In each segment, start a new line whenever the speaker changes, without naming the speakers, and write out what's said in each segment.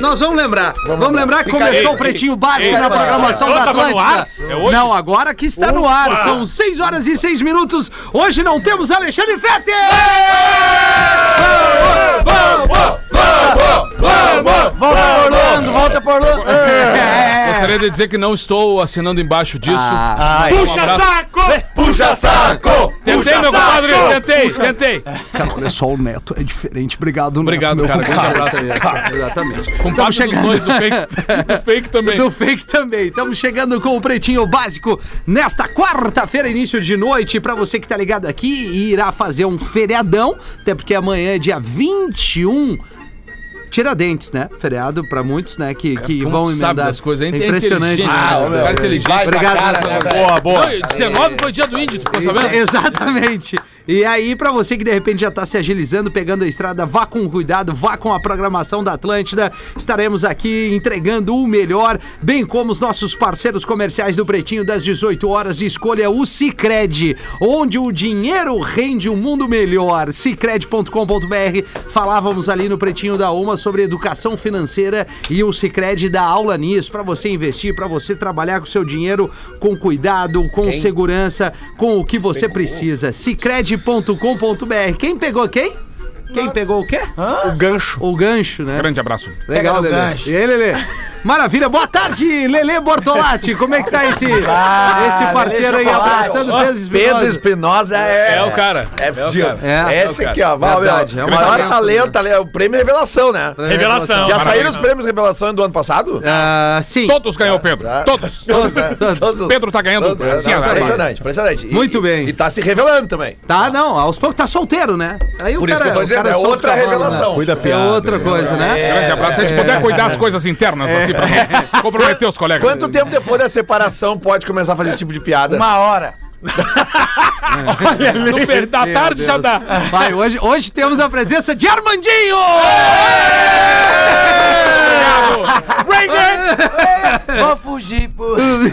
Nós vamos lembrar. Vamos, lembrar que
Fica aí,
começou o
ei,
Pretinho Básico
ei,
na
ei,
programação
ei,
da
tava no
Atlântida.
ar? É hoje?
Não, agora que está no ar.
Opa!
São 6 horas e 6 minutos. Hoje não temos Alexandre Fetter!
Volta por Orlando, volta por Orlando. É.
É.
Gostaria de dizer que não estou assinando embaixo disso.
Ah.
Então, um
Ai,
Puxa saco!
puxa saco!
tentei, meu compadre, tentei, tentei.
Cara, é só o Neto, é diferente. Obrigado, Neto.
Obrigado,
meu
cara, grande
compadre.
abraço.
Isso aí, cara, É, Exatamente.
Compadre
Estamos
dos dois, o fake, o fake também.
Do fake também. Estamos chegando com o Pretinho Básico nesta quarta-feira, início de noite. Pra você que tá ligado aqui e irá fazer um feriadão, até porque amanhã é dia 21. Tiradentes, né? Feriado pra muitos, né? Que, que
como
vão
tu sabe
emendar.
das coisas, é
É
inte-
impressionante.
inteligente,
né, cara?
né, cara? O cara é inteligente.
Vai pra Obrigado.
cara,
Neto.
né, velho?
Boa, boa.
Não, e 19 foi dia do índio, tu ficou sabendo?
tá Exatamente. E aí, pra você que de repente já tá se agilizando, pegando a estrada, vá com cuidado, vá com a programação da Atlântida. Estaremos aqui entregando o melhor, bem como os nossos parceiros comerciais do Pretinho das 18 horas. Escolha o Cicred, onde o dinheiro rende um mundo melhor. Cicred.com.br. Falávamos ali no Pretinho da Uma sobre educação financeira e o Cicred dá aula nisso pra você investir, pra você trabalhar com seu dinheiro com cuidado, com segurança, com o que você precisa. Cicred.com.br. Quem pegou quem? Quem pegou o quê?
O gancho.
O gancho, né?
Grande abraço.
Legal,
Pega no
Lelê.
gancho.
E aí, Lelê? Maravilha, boa tarde, Lelê Bortolatti. Como é que tá esse, esse parceiro aí abraçando Pedro
Pedro
Espinosa?
Espinosa é.
É o cara.
É fudido.
cara.
É, é o
Esse aqui, ó.
Verdade,
meu,
é um
o maior
talento,
talento, ali, é o prêmio Revelação, né?
Revelação.
Já
Maravilha.
saíram os prêmios Revelação do ano passado?
Ah, sim.
Todos ganhou, Pedro. Todos.
Todos, todos.
É. Todos os-
Pedro tá ganhando.
Todos, né?
Assim,
Não,
agora.
impressionante, impressionante. E-
Muito
e-
bem.
E tá se revelando também.
Tá, não, aos poucos tá solteiro, né? Aí o
Por isso que eu tô
o
dizendo, é
solta o
outra
cavalo,
revelação. É.
né?
Cuida
É outra coisa, né?
Grande abraço. A gente poder cuidar das coisas internas, assim, pra não comprometer os colegas.
É. Quanto tempo depois da separação pode começar a fazer esse tipo de piada?
Uma hora.
No per- da tarde já dá.
Vai, hoje, hoje temos a presença de Armandinho!
É.
Vou fugir por.
Hum,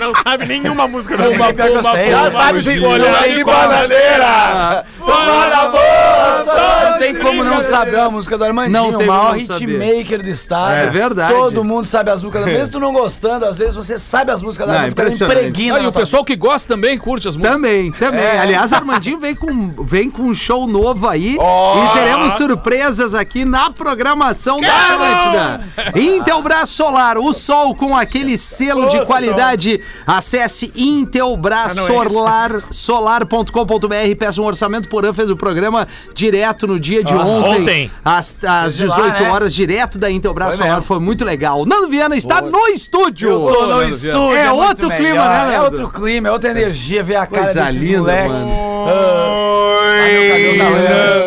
Não sabe nenhuma música da
Pior que eu sei,
Já
né?
sabe,
Fugir.
tem olhar de bananeira! Fuma na bolsa!
Não tem como não saber a música do Armandinho,
Não tem
o maior
como não saber.
hitmaker do estado.
É verdade.
Todo mundo sabe as músicas, mesmo tu não gostando, às vezes você sabe as músicas
Não,
da música, um
impressionante.
Ah, e o pessoal que gosta também curte as músicas.
Também, também.
É.
Aliás, Armandinho vem com, vem com um show novo aí. E teremos surpresas aqui na programação da Atlântida. Intelbras Solar, o sol com aquele selo de qualidade. Acesse Intelbras
Ah, é
Solar, solar.com.br. Peça um orçamento por ano. Fez o programa direto no dia de ontem.
ontem.
Às, às
de Ah, lá,
18
né?
horas, direto da Intelbras
Foi
Solar.
mesmo.
Foi muito legal. Nando Viana está no estúdio.
Eu tô no
Leandro
estúdio.
Viana. É
muito
outro clima,
melhor,
né, Leandro?
É outro clima, é outra energia ver a cara
Coisa
desses
linda,
moleque.
mano.
Oi,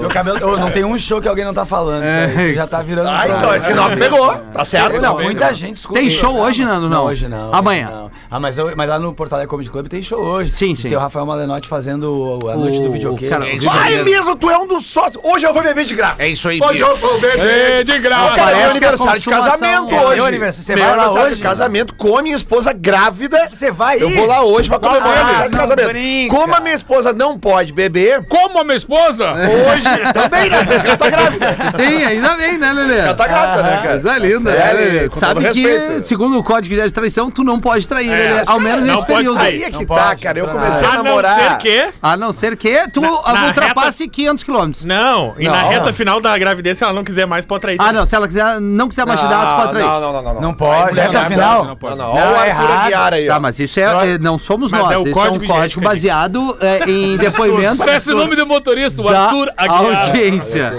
Meu cabelo. Ô, não tem um show que alguém não tá falando.
É.
Isso aí, isso já tá virando. um
Ah, então,
problema.
esse nome pegou, tá certo?
Não, muita gente escuta.
Tem show hoje, Nando? Não.
hoje não.
Amanhã.
não. Ah, mas, eu- mas lá no Portal da Comedy Club tem show hoje.
Sim,
E
sim.
Tem o Rafael Malenotti fazendo o- a noite
O-
do videokê.
cara, o-
Vai mesmo, tu é um dos sócios. Hoje eu vou beber de graça. É isso aí, Hoje eu vou beber.
Ê, De graça.
Cara, é
Parece
aniversário de
que a consumação-
casamento
É,
hoje.
meu aniversário. Você
Meu
vai lá
aniversário de
hoje?
casamento, come minha esposa grávida.
Você vai
Eu
ir?
vou lá hoje pra comemorar
Ah,
o aniversário de
não
casamento.
brinca.
Como a minha esposa não pode beber,
Como a minha
É.
esposa?
hoje também, né? Porque ela tá grávida.
Sim, ainda bem, né, Lelê?
Ela tá grávida, né, cara?
Coisa linda,
Sério,
né, Lelê?
com
Sabe
todo
que,
respeito.
segundo o código de traição, tu não pode trair, Lelê. Ao menos
não
nesse
pode
período.
trair.
Aí é que tá,
Não pode, Ah.
cara. Eu
não.
comecei a
A não ser
namorar.
que.
A não ser que tu
Na- na
ultrapasse 500 quilômetros.
Não, e na reta final da gravidez, se ela não quiser mais, pode trair.
Ah, não, se ela quiser, não quiser mais te dar, tu pode trair.
Não, não, não, não.
Não pode.
Não,
Até
não,
a final.
não
Não,
pode.
não. Olha o
Não, é
Arthur
errado.
Aguiar aí, ó.
Tá, mas isso é, é- não somos
Mas
nós.
é o
isso é
código
um
de
código
ética,
baseado é, em depoimentos.
Parece nome de motorista, o
da
Arthur Aguiar.
audiência.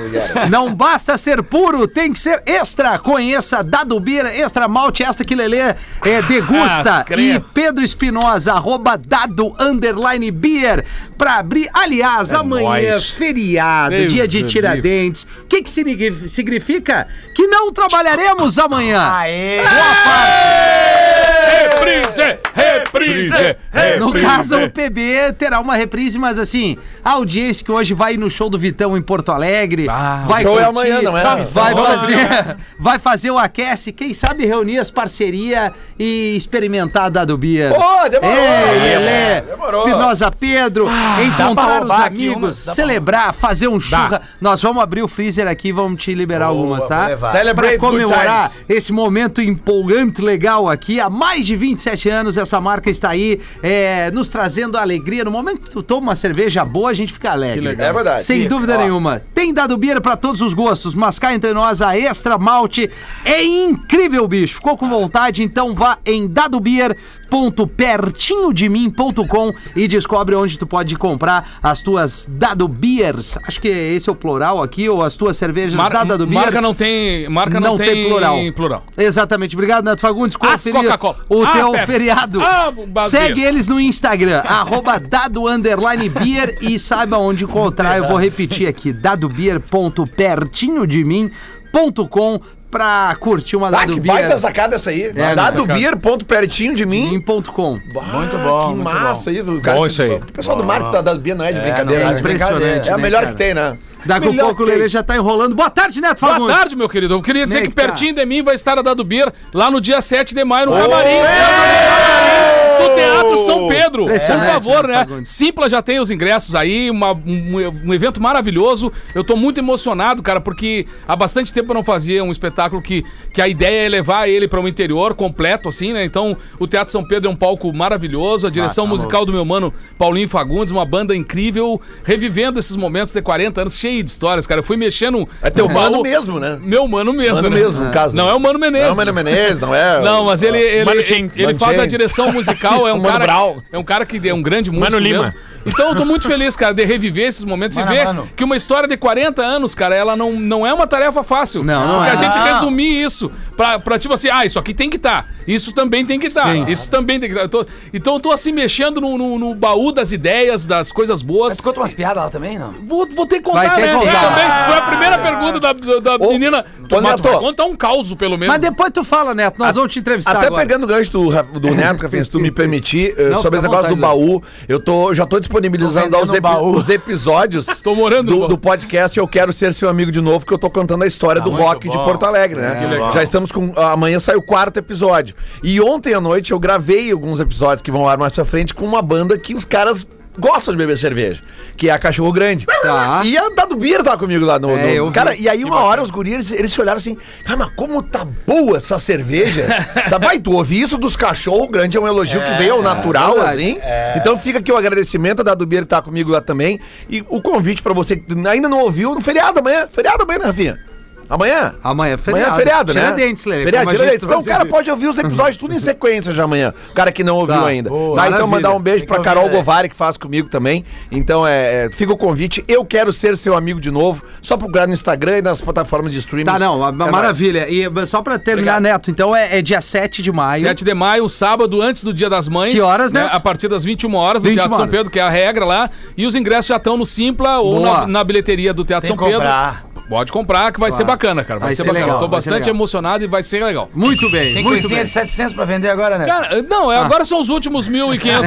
Não basta ser puro, tem que ser extra. Conheça Dado Bira, Extra Malte, esta que Lelê é, degusta.
Ah,
e
credo.
Pedro Espinosa, arroba Dado Underline Beer, pra abrir. Aliás, amanhã, é
nóis.
feriado,
É Deus
dia de
me
Tiradentes. O que, que signifi- significa? Que não trabalharemos amanhã.
Aê!
Reprise! Reprise!
No
É, reprise.
caso, o PB terá uma reprise, mas assim, a audiência que hoje vai no show do Vitão em Porto Alegre, vai
show é
curtir,
amanhã, não é?
tá, Vai
Vamos né?
fazer, vai fazer o aquece, quem sabe reunir as parcerias e experimentar a Dado Bia.
Ô, demorou.
Ei,
É,
Lelê,
demorou. Ah,
Espinosa Pedro, encontrar os
roubar aqui
amigos,
umas, dá pra
celebrar, fazer um churra. Nós vamos abrir o freezer aqui e vamos te liberar algumas, tá?
levar.
Celebrate
Pra comemorar
good times.
esse momento empolgante, legal aqui. Há mais de 27 anos essa marca está aí, é, nos trazendo alegria. No momento que tu toma uma cerveja boa, a gente fica alegre.
É verdade.
Sem dúvida nenhuma. Tem dado beer pra todos os gostos, mas cá entre nós a Extra Malte é incrível, bicho. Ficou com vontade? Então vá em dadobeer.pertinhodemim.com e descobre onde tu pode comprar as tuas Dado Beers. Acho que esse é o plural aqui, ou as tuas cervejas
Mar-
da Dado Beer.
marca não tem. Marca não, tem,
plural.
plural.
Exatamente. Obrigado, Neto Fagundes.
As
Conferir
Coca-Cola.
o
Ah,
teu
Pepsi.
feriado.
Ah, bagulho.
Segue eles no Instagram, arroba dado underline beer e saiba onde encontrar. Eu vou repetir aqui, dadobeer.pertinhodemim.com pra curtir uma
Ah,
dado
que
beer.
baita sacada essa aí.
É,
Dado
sacada.
beer, ponto pertinho de mim.
Em.com.
Muito bom. Que massa isso. O
Bom isso aí.
O pessoal do marketing da Dado Beer não é de brincadeira.
é
né?
impressionante,
É a
né,
melhor
cara?
que tem, né?
Daqui a pouco o Lelê já tá enrolando. Boa tarde, Neto
Boa
Fagundes.
tarde, meu querido. Eu queria dizer
Como é
que,
que tá?
pertinho de mim vai estar a Dado Beer lá no dia 7 de maio no Camarim. Do Teatro São Pedro. Por
Impressionante,
favor,
né,
né?
Fagundes?
Simpla já tem os ingressos aí, uma- um, um evento maravilhoso. Eu tô muito emocionado, cara, porque há bastante tempo eu não fazia um espetáculo que, que a ideia é levar ele para o interior completo, assim, né? Então, o Teatro São Pedro é um palco maravilhoso, a
Ah,
direção
tá
musical do meu mano Paulinho Fagundes, uma banda incrível, revivendo esses momentos de 40 anos, cheio de histórias, cara. Eu fui mexendo.
É teu
no
mano
baú-
mesmo, né?
Meu mano mesmo.
Mano
né?
mesmo, no caso.
Não é o Mano Menezes.
Não é o Mano
né?
Menezes, não é? o-
Não, mas ele, ele,
Mano
ele,
Chains.
ele
Mano
faz a
Chains.
direção musical, é um
Mano
cara.
Brown.
É um cara que é um grande músico.
Mano Lima.
mesmo. Então eu tô muito feliz, cara, de reviver esses momentos e
Mano a
ver
mano.
que uma história de 40 anos, cara, ela não, não é uma tarefa fácil.
Não, não
Porque
é.
a gente
Ah.
resumir isso pra, pra tipo assim, ah, isso aqui tem que estar. Isso também tem que estar.
Sim.
Isso também tem que estar. então eu tô assim mexendo no, no- no baú das ideias, das coisas boas.
Mas tu conta umas piadas lá também, não?
Vou, vou ter que contar,
Vai ter
né?
que contar.
Eu também, foi a primeira pergunta da, da, da
Ô,
menina.
ô,
Mas tu vai
Neto.
contar um caos, pelo menos.
Mas depois tu fala, Neto, nós vamos te entrevistar
Até
agora.
pegando o gancho do, Ra- do Neto, Rafinha, se tu me permitir, eh,
Não, fica
sobre esse
à
negócio do
vontade,
baú, eu tô, já tô disponibilizando
Tô
os,
vendendo
epi-
baú.
os episódios
Tô morando no
do,
baú.
do podcast Eu Quero Ser Seu Amigo de Novo, que eu tô contando a história do
muito
rock de
bom.
Porto Alegre, né? Já estamos com... Amanhã sai o quarto episódio. E ontem à noite eu gravei alguns episódios que vão ao ar mais pra frente com uma banda que os caras gostam de beber cerveja, que é a Cachorro Grande.
Tá.
E a Dado Beer tava comigo lá no...
É,
no-
eu vi.
cara, e aí uma hora os guris, eles, eles se olharam assim, cara, mas como tá boa essa cerveja. tá, vai, tu ouvir isso dos cachorros, grande é um elogio que veio ao natural,
é verdade.
assim. Então fica aqui o agradecimento da Dubeira que tá comigo lá também. E o convite pra você que ainda não ouviu, no feriado amanhã, feriado amanhã, né, Rafinha? Amanhã?
Amanhã é feriado.
Amanhã é feriado, né?
Tira dentes, Lelê,
Feriado,
como a
tira
gente
dentes. Então o
trouxe
cara
aqui.
pode ouvir os episódios tudo em sequência já amanhã. O cara que não ouviu
Tá.
ainda.
Boa,
tá, então
maravilha.
mandar um beijo
Tem
pra
que
Carol
é.
ouvir, né?
Govari, que faz comigo também. Então é, é, fica o convite. Eu quero ser seu amigo de novo. Só procurar no Instagram e nas plataformas de streaming.
Tá, não, a- a
É nóis.
maravilha. E eh, só pra terminar, Neto, então é, é dia 7 de maio.
7 de maio, um sábado, antes do Dia das Mães. né?
Que horas, Neto?
A partir das 21 horas, no
21
Teatro São
horas.
Pedro, que é a regra lá. E os ingressos já estão no Simpla ou
Boa.
na, na bilheteria do Teatro
Tem
São
que
Pedro.
comprar.
Pode comprar, que vai ser bacana, cara. Vai,
Vai
ser,
ser
bacana.
legal,
Tô
vai ser
bastante
legal.
emocionado e vai ser legal.
Muito bem,
Tem
muito
coisinha
bem.
de 700 pra vender agora, né?
Cara, não, é,
Ah.
agora são os últimos 1.500.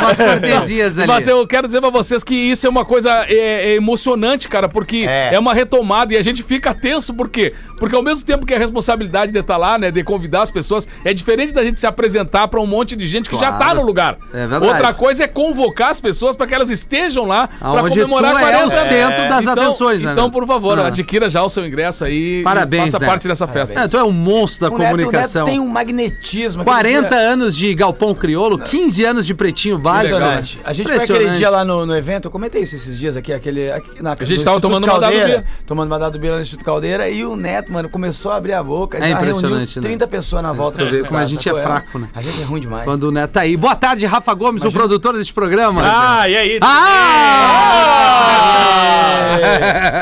Umas cortesias ali.
Mas eu quero dizer pra vocês que isso é uma coisa é, é emocionante, cara, porque é.
É.
uma retomada e a gente fica tenso, por quê? Porque ao mesmo tempo que a responsabilidade de estar lá, né, de convidar as pessoas, é diferente da gente se apresentar pra um monte de gente que já tá
Claro.
no lugar.
É verdade.
Outra coisa é convocar as pessoas pra que elas estejam lá pra
Aonde
comemorar
tu é
40
o centro das
Então-
atenções, né,
Então,
Neto?
por favor,
Ah.
adquira já o seu ingresso aí
Parabéns,
e faça
né?
parte dessa festa.
É, tu é um monstro da
O Neto- o Neto
comunicação.
tem um magnetismo. aquele
40
dia-
anos de galpão criolo, 15 anos de pretinho básico.
Impressionante. Ah, A gente foi aquele dia lá no, no evento, eu comentei isso esses dias aqui, aquele. aqui- na, a
gente tava tomando uma dado
Caldeira,
bia.
Tomando uma dado bia lá no Instituto Caldeira e o Neto, mano, começou a abrir a boca.
É
já reuniu
impressionante, né?
30 pessoas na volta.
Pra
pra
ver
escutar,
como a gente é
sacou?
fraco, né?
A gente é ruim demais.
Quando o Neto tá aí. Boa tarde, Rafa Gomes, o produtor deste programa.
Ah, e aí?
Ah!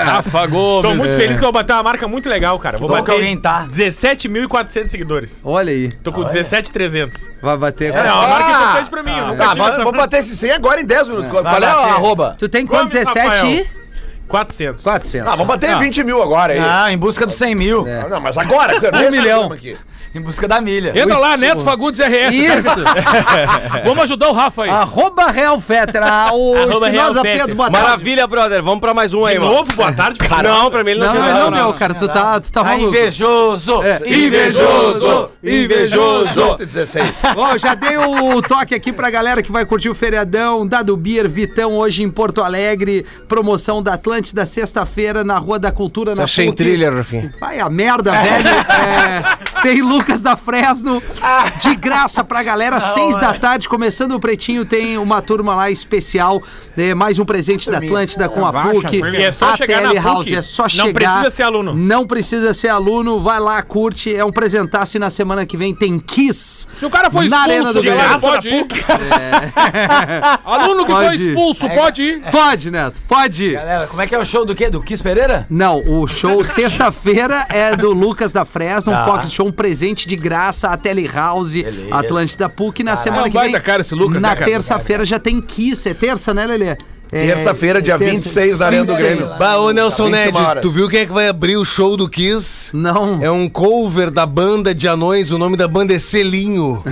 Rafa Gomes.
Tô muito feliz que eu vou bater uma marca muito legal, cara. Vou
bom que
bater
alguém tá.
17.400 seguidores.
Olha aí,
Tô com 17,300.
vai bater.
É uma
Ah,
marca importante pra mim. eu nunca
Tá,
tive essa
vamos
marca.
bater esse 100 agora em 10 minutos. Qual
Vai
qual é
bater.
a arroba?
Tu tem quanto?
Come,
17 e
400.
400.
Tá.
É.
Ah, vamos bater 20 mil agora aí.
Ah, em busca dos 100 mil.
Um
Ah, Não, mas agora, cara,
milhão.
Aqui.
em busca da milha.
Entra lá, Neto Fagundes RS.
Isso!
Vamos ajudar o Rafa aí.
Arroba Real Fetra, é o
Arroba Real
Espinosa
Fetter.
Pedro, boa tarde.
Maravilha, brother. Vamos pra mais um aí,
De
mano.
novo, boa tarde, cara.
Não, pra mim ele não,
Não,
tinha
não,
nada.
não, meu, cara, tu tá, tu tá
Ah,
maluco.
invejoso!
É.
Invejoso! Invejoso!
16.
Ó, já dei o toque aqui pra galera que vai curtir o feriadão, Dado Beer, Vitão, hoje em Porto Alegre, promoção da Atlântida, sexta-feira, na Rua da Cultura, na
Achei em
PUC.
thriller, Rafinha.
Vai a merda, velho. É, tem Lucas da Fresno,
Ah.
de graça pra galera, seis da tarde, começando o Pretinho, tem uma turma lá especial, né, mais um presente da Atlântida com a PUC.
E é só
a
chegar na
Tele House,
PUC.
é só
Não
chegar.
precisa ser aluno.
Não precisa ser aluno, vai lá, curte, é um presentaço e na semana que vem tem Kiss.
Se o cara foi
Na Arena do
expulso, de
Grêmio.
graça,
Pode
pode ir. É. Aluno que
Pode
foi
ir.
expulso, pode ir.
Pode, Neto, pode.
Galera, como é que é o show do quê? Do Kiss Pereira?
Não, o show sexta-feira é do Lucas da Fresno,
Tá.
um pocket show, um presente de graça, a Tele House, Atlântida PUC, na semana
É um
que vem.
baita cara esse Lucas,
na
né, cara?
terça-feira já tem Kiss, é terça, né, Lelê? É,
Terça-feira, dia 26, Arena do Grêmio. Tá
Bah, ô Nelson
21
Ned,
horas.
tu viu quem é que vai abrir o show do Kiss?
Não.
É um cover da banda de anões, o nome da banda é Selinho.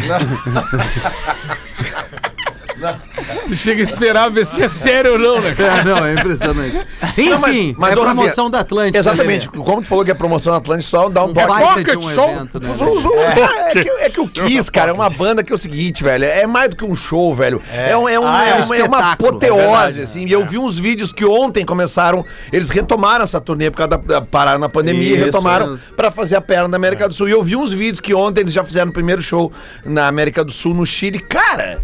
Chega a esperar ver se é sério ou não, né?
É, não, é impressionante. Enfim,
Não, mas- mas,
é
ô,
promoção
Rafinha,
da Atlântida.
Exatamente.
Lelê.
Como tu falou que é promoção na Atlântica, só dá um
Um tá
toque.
baita de um
Pocket show.
evento, né?
Zou, zou. É, que, é que o Kiss, cara, é uma banda que é o seguinte, velho. É mais do que um show, velho. É, um, é, um-
Ah, é
é
um
uma, é uma
espetáculo.
apoteose, assim. E eu vi uns vídeos que ontem começaram. Eles retomaram essa turnê por causa da, da parada na pandemia e
Isso,
retomaram
isso.
pra fazer a perna na América do Sul. E eu vi uns vídeos que ontem eles já fizeram o primeiro show na América do Sul, no Chile. Cara.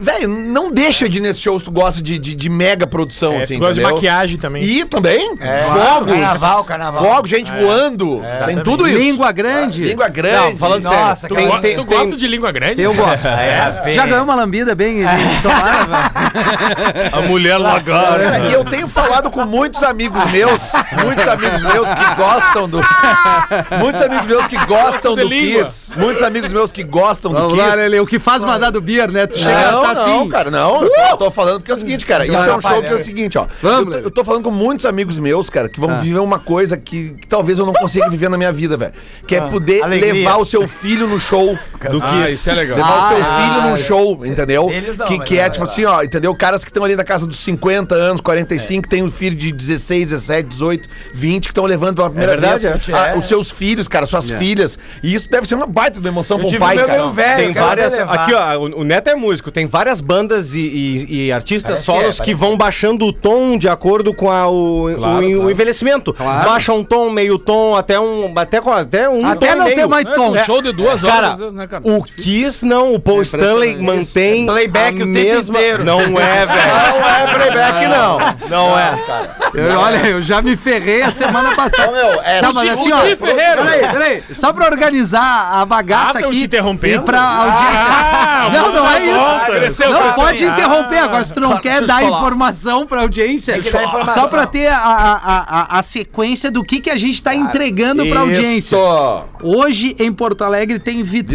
Velho, não deixa de ir nesse show se tu gosta de, de, de mega produção,
É,
assim,
se gosta de
entendeu?
maquiagem também.
E também,
Claro,
fogos,
carnaval, carnaval.
fogos, gente voando, tem tudo isso. Ah,
Língua grande.
Língua grande.
falando sério,
Nossa,
tu
cara,
Go-
tem-
tu gosta de língua grande?
Eu gosto.
É,
Já ganhou uma lambida bem, bem tomada, velho.
A mulher lagarta.
Cara, e eu tenho falado com muitos amigos meus, muitos amigos meus que gostam do. Muitos amigos meus que gostam
de
do
língua.
Kiss. Muitos amigos meus que gostam do
Vamos lá,
Kiss.
Lelê, o que faz mandar do beer, né? Tu chega
não,
tá
não,
assim.
cara, não. Eu
Uh!
tô- tô falando porque é o seguinte, cara. Isso é um
atrapalha,
show que é
né?
o seguinte, ó.
Vamos,
eu,
Lelê.
tô, eu tô falando com muitos amigos meus, cara, que vão
Ah.
viver uma coisa que, que talvez eu não consiga viver na minha vida, velho. Que é poder
Ah, alegria.
levar o seu filho no show do Kiss.
Ah, isso é legal.
Levar o seu
Ah,
filho
ah,
num show, entendeu?
eles não,
que
mas
que
não
é
vai
tipo
lá.
assim, ó, entendeu? Caras que estão ali na casa dos 50 anos, 45, tem um filho de 16, 17, 18, 20 que estão levando pela primeira
verdade,
vez
é.
ah, os seus filhos, cara, suas filhas. E isso deve ser uma baita de uma emoção pro
tive
pai,
meu
cara.
meio velho,
tem
eu quero
várias.
me levar.
Aqui,
Ah.
ó, o, o Neto é músico, tem várias bandas e, e- e
Parece
artistas
que é,
solos que,
parece
vão baixando o tom de acordo com a- o,
Claro,
o- o
claro.
envelhecimento.
Claro.
Baixa um tom, meio tom, até um. Até, com- até um
Até
tom e
não ter
meio.
mais
É,
tom.
um show de duas
Cara,
horas, né, cara?
o Kiss não, o
É
É
Paul Stanley
impressionante.
mantém
Playback
a
o tempo
mesma...
inteiro.
Não é, velho.
Não é playback, não.
Não é.
Eu- olha, eu já me ferrei a semana passada.
meu, é
tá, mas assim, ó.
Di Ferreiro.
Peraí, peraí. Só pra organizar a bagaça
Ah, tão
aqui.
te interrompendo?
E pra audiência.
Ah,
não, não é
volta, volta.
isso.
Cresceu, Ah,
não
cresceu.
pode interromper agora. Se tu não quer dar
falar.
informação pra audiência,
que dar informação.
só pra ter a, a, a, a sequência do que, que a gente tá entregando pra audiência. Hoje em Porto Alegre tem Vitão.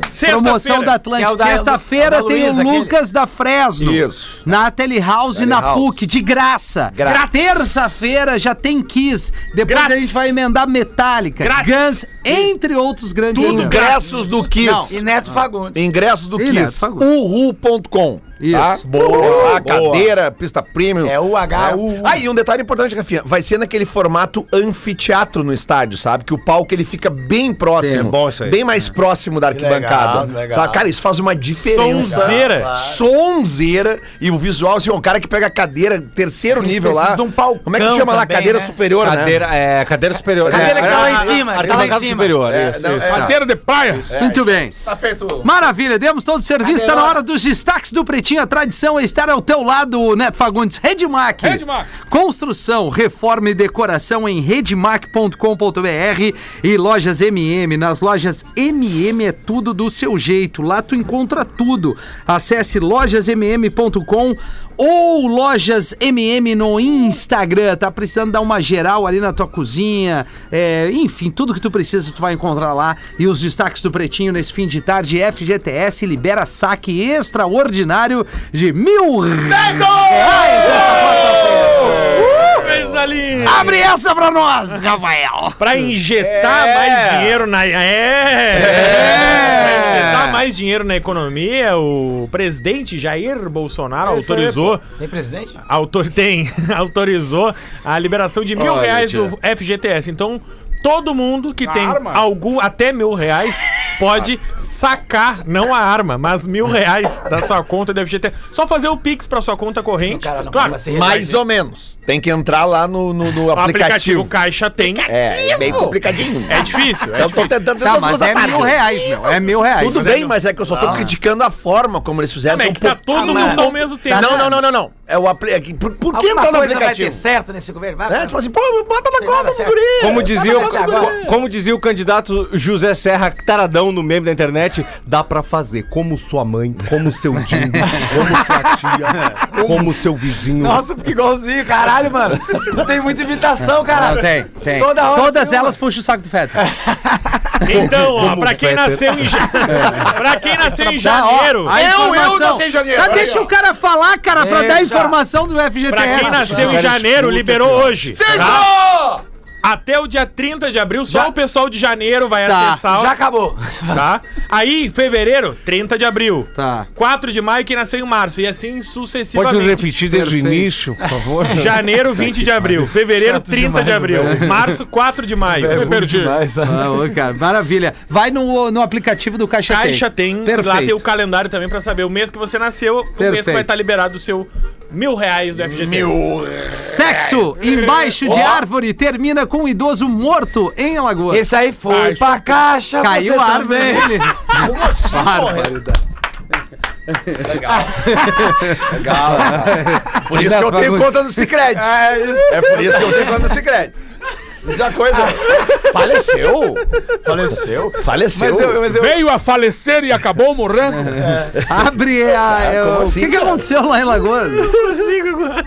Vitão.
Promoção
Sexta-feira.
da
É o
Atlântica.
da-
Sexta-feira
da Luísa,
tem o
aquele.
Lucas da Fresno.
Isso.
Na Tele House e na
Telehouse.
PUC, de graça.
Grátis.
Terça-feira já tem Kiss. Depois
Grátis.
a gente vai emendar Metallica,
Grátis.
Guns, entre outros grandes eventos.
Ingressos do Kiss.
Não.
E Neto Fagundes.
Ingressos do
Ih, Neto,
Kiss.
fala.
Uhu.com.
Isso.
tá? Boa. Lá, cadeira, pista premium.
É o HU.
Ah, e um detalhe importante, Rafinha. Vai ser naquele formato anfiteatro no estádio, sabe? Que o palco ele fica bem próximo.
Sim, é bom isso aí.
Bem mais próximo da arquibancada.
legal, legal.
Sabe? Cara, isso faz uma diferença.
Sonzeira.
Sonzeira. E o visual, assim, o cara que pega a cadeira, terceiro
Eles
nível lá.
precisam de um palcão
Como é que chama lá?
também,
Cadeira
né?
superior, né?
Cadeira, é, cadeira superior.
Cadeira que tá lá em cima, que tá lá em
Arquibancada
cima.
superior,
É,
isso,
não,
isso.
é.
Carteira de praia.
Muito bem.
Tá feito. Tá
Maravilha, demos todo o serviço. Está na hora dos destaques do Pretinho. A tradição é estar ao teu lado, Neto Fagundes. Redmac.
Redmac.
Construção, reforma e decoração em redmac.com.br e lojas MM. Nas lojas MM é tudo do seu jeito. Lá tu encontra tudo. Acesse lojasmm.com ou lojas MM no Instagram. Tá precisando dar uma geral ali na tua cozinha. É, enfim, tudo que tu precisa tu vai encontrar lá. E os destaques do Pretinho nesse fim de tarde. FGTS libera saque extraordinário de mil reais nessa quarta-feira.
coisa linda.
Ah!
Abre essa pra nós, Rafael!
Pra injetar mais dinheiro na. É!
É.
Pra injetar mais dinheiro na economia, o presidente Jair Bolsonaro autorizou.
Tem presidente?
Autor, tem, autorizou a liberação de mil
Olha,
reais
tia.
do FGTS. Então, todo mundo que tem
arma?
algum até mil reais pode sacar, não a arma, mas mil reais da sua conta do FGTS. Só fazer o Pix pra sua conta corrente.
Cara, não assim. né?
claro,
vai ser
Mais ou menos. Tem que entrar lá no, no, no
o aplicativo.
aplicativo.
Caixa tem.
É, Então, é bem complicadinho.
É difícil. É
eu tô
difícil.
tentando
Tá,
todas
mas
as
é mil
partes.
reais, Ah. meu. É mil reais.
Tudo
Mas é
bem,
mil.
mas é que eu só tô criticando a forma como eles fizeram.
Como é
tão
que tá
pouco- tá
todo mundo ao mesmo tempo?
Não, não, não, não, não. É o apli... é que- por, por que
Alguma
entrar no
coisa vai ter
aplicativo?
certo nesse governo? Vai,
Né?
vai,
Tipo assim, pô, bota na
Tem nada
conta,
certo.
segurinha.
Como dizia, o,
Vamos começar agora.
como dizia o candidato José Serra Taradão no meme da internet, dá pra fazer como sua mãe, como seu tio, como sua tia, como seu vizinho.
Nossa, porque igualzinho, caralho, mano. Tu tem muita imitação, caralho.
Não, tem, tem.
Toda hora
Todas
tem uma.
elas puxam o saco do feto.
Então, ó,
Como
pra quem
Fetter.
nasceu em ja-
É.
Pra quem nasceu em
Tá, ó,
janeiro,
a
Eu- eu
informação.
nasci em janeiro,
Tá,
olha
deixa
aí, ó.
o cara falar, cara, pra dar
Deixa.
informação do FGTS.
pra quem nasceu em
é
Cara,
janeiro,
escuta,
liberou
cara.
hoje. tá? Até o dia 30 de abril, só o pessoal de janeiro vai
Tá,
acessar.
Já acabou.
Tá? Aí, em fevereiro, 30 de abril.
Tá.
4 de maio, quem nasceu em março. E assim sucessivamente.
desde
Perfeito.
por favor?
Janeiro, 20 de abril. Fevereiro, 30 de abril. Março, 4 de
É,
maio.
perdi.
Ah, ô, cara, maravilha. Vai no, no aplicativo do Caixa,
Caixa tem,
Perfeito.
lá tem o calendário também pra saber o mês que você nasceu, o mês
Perfeito.
que vai estar liberado o seu mil reais do FGTS.
Sexo embaixo de árvore termina com um idoso morto em Alagoas.
Esse aí foi
Acho.
pra caixa,
Caiu
você
a árvore né?
também.
dele. Barbaridade.
Por isso que eu tenho
Bagunça.
conta no Cicred. É isso. É por isso que eu tenho conta no Cicred. Diz uma coisa. Faleceu? Faleceu? Faleceu.
Mas eu, mas eu...
Veio a falecer e acabou morrendo.
É. Abre a. eu-
como
o
assim,
que, que
cara?
aconteceu lá em Lagoas?
consigo agora.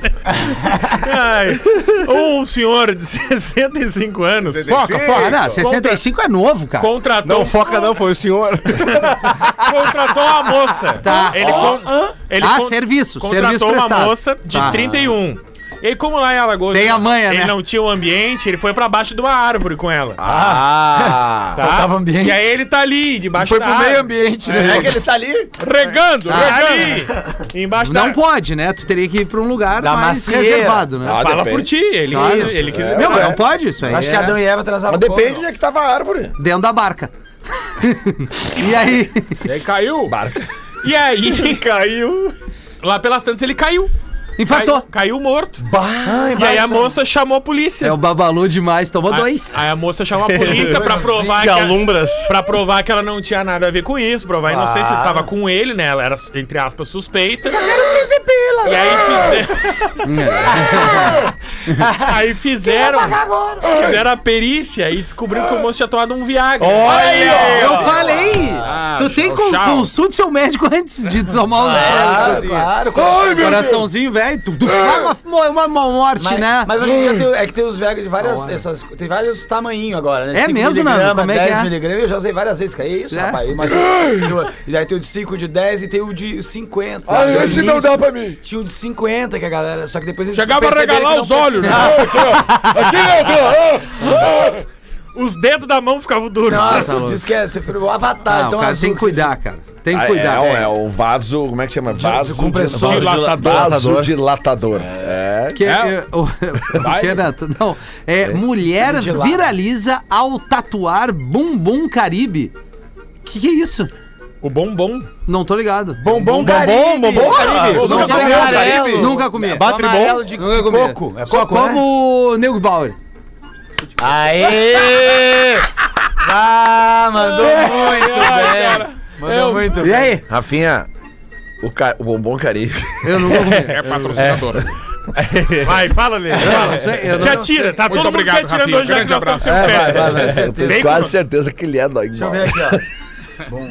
Ai, um senhor de 65 anos
Foca,
Ah,
foca.
não, 65 é novo, cara.
contratou,
Não foca não, foi o senhor.
contratou uma moça.
Tá.
Ele, con- ele
Ah,
con-
serviço,
Contratou
serviço
uma
prestado.
moça de
Tá.
31. E aí, como lá em Alagoas
Tem a manha,
ele
né?
não tinha o ambiente, ele foi pra baixo de uma árvore com ela.
Ah.
tá?
faltava ambiente.
E aí ele tá ali, debaixo
Foi
da
pro
árvore.
meio
Tá
ambiente, né?
É que ele tá ali.
Regando,
Ah,
regando.
Ali, embaixo da
Não pode, né? Tu teria que ir pra um lugar
Da
mais
macieira.
reservado, né?
Ah,
Fala
depende.
por ti, ele,
Claro. É,
quis, ele quis.
não, mas não pode isso aí.
Acho que
é
Adão e Eva transaram
Mas depende de
com-
onde é que tava a árvore.
Dentro da barca. e aí?
E aí caiu.
E aí caiu. Lá pelas tantas ele caiu.
Infartou.
Cai- Caiu morto. e aí a moça chamou a polícia.
É o babalu demais, tomou
A-
dois.
Aí a moça chamou a polícia pra provar que,
alumbras.
pra provar que ela não tinha nada a ver com isso, provar a inocência,
Claro.
tava com ele, né? Ela era, entre aspas, suspeita. E aí fizeram.
Hum.
aí fizeram. Fizeram a perícia e descobriram que o moço tinha tomado um Viagra. Olha aí,
Eu falei! tu tem con consulte seu médico antes de tomar os
Claro,
ah,
claro.
Coraçãozinho velho, tu, tu uma, uma, uma morte,
Mas,
né?
mas hoje em dia tem- é que tem os Vegas de várias. essas, tem vários tamanhos agora, né?
É
Cinco
mesmo, Nando?
miligramas,
Como é que
10
é?
miligramas, eu já usei várias vezes, cara. É isso,
É?
rapaz. Mas, e daí tem o de 5, de 10 e tem o de 50.
Ah,
No
esse não
início,
dá pra mim.
Tinha o de 50 que a galera. Só que depois eles
Chegava a
perceberam que
regalar
não
os olhos.
precisava.
né?
Aqui não,
Os dedos da mão ficavam duros.
Tá
Nossa,
louco.
diz que é, você foi o avatar.
Não,
então
Ah, cara,
azul,
tem que
você-
cuidar, cara. Tem que
é,
cuidar.
é, é um vaso, como é que chama? Vaso
compressor.
dilatador. Vaso dilatador. É.
Que,
É.
é, o- o que, Neto? Não. É, mulher
De lado.
viraliza ao tatuar bumbum caribe. Que que é isso?
O bombom.
Não tô ligado.
Bombom
Bombom, bombom, Caribe.
Nunca
Nunca
comi.
amarelo.
Nunca comi.
Batre bom. de
Nunca comi.
coco. É
Só
coco, né?
como Nego Bauer.
Aê! Ah, mandou muito
ai,
bem. Mandou muito
E aí?
Rafinha, o, ca- o bombom caribe.
Eu nunca comi.
É patrocinador.
Vai, fala, Lê. É, Fala.
não sei, eu não-
Te atira, tá
Muito
todo mundo
obrigado,
se atirando
É,
Rafinha.
hoje já que
Grande
nós estamos sem
abraço.
pé.
bem.
Eu tenho
Bem
quase
com-
certeza que ele é dói.
Deixa eu ver aqui, ó.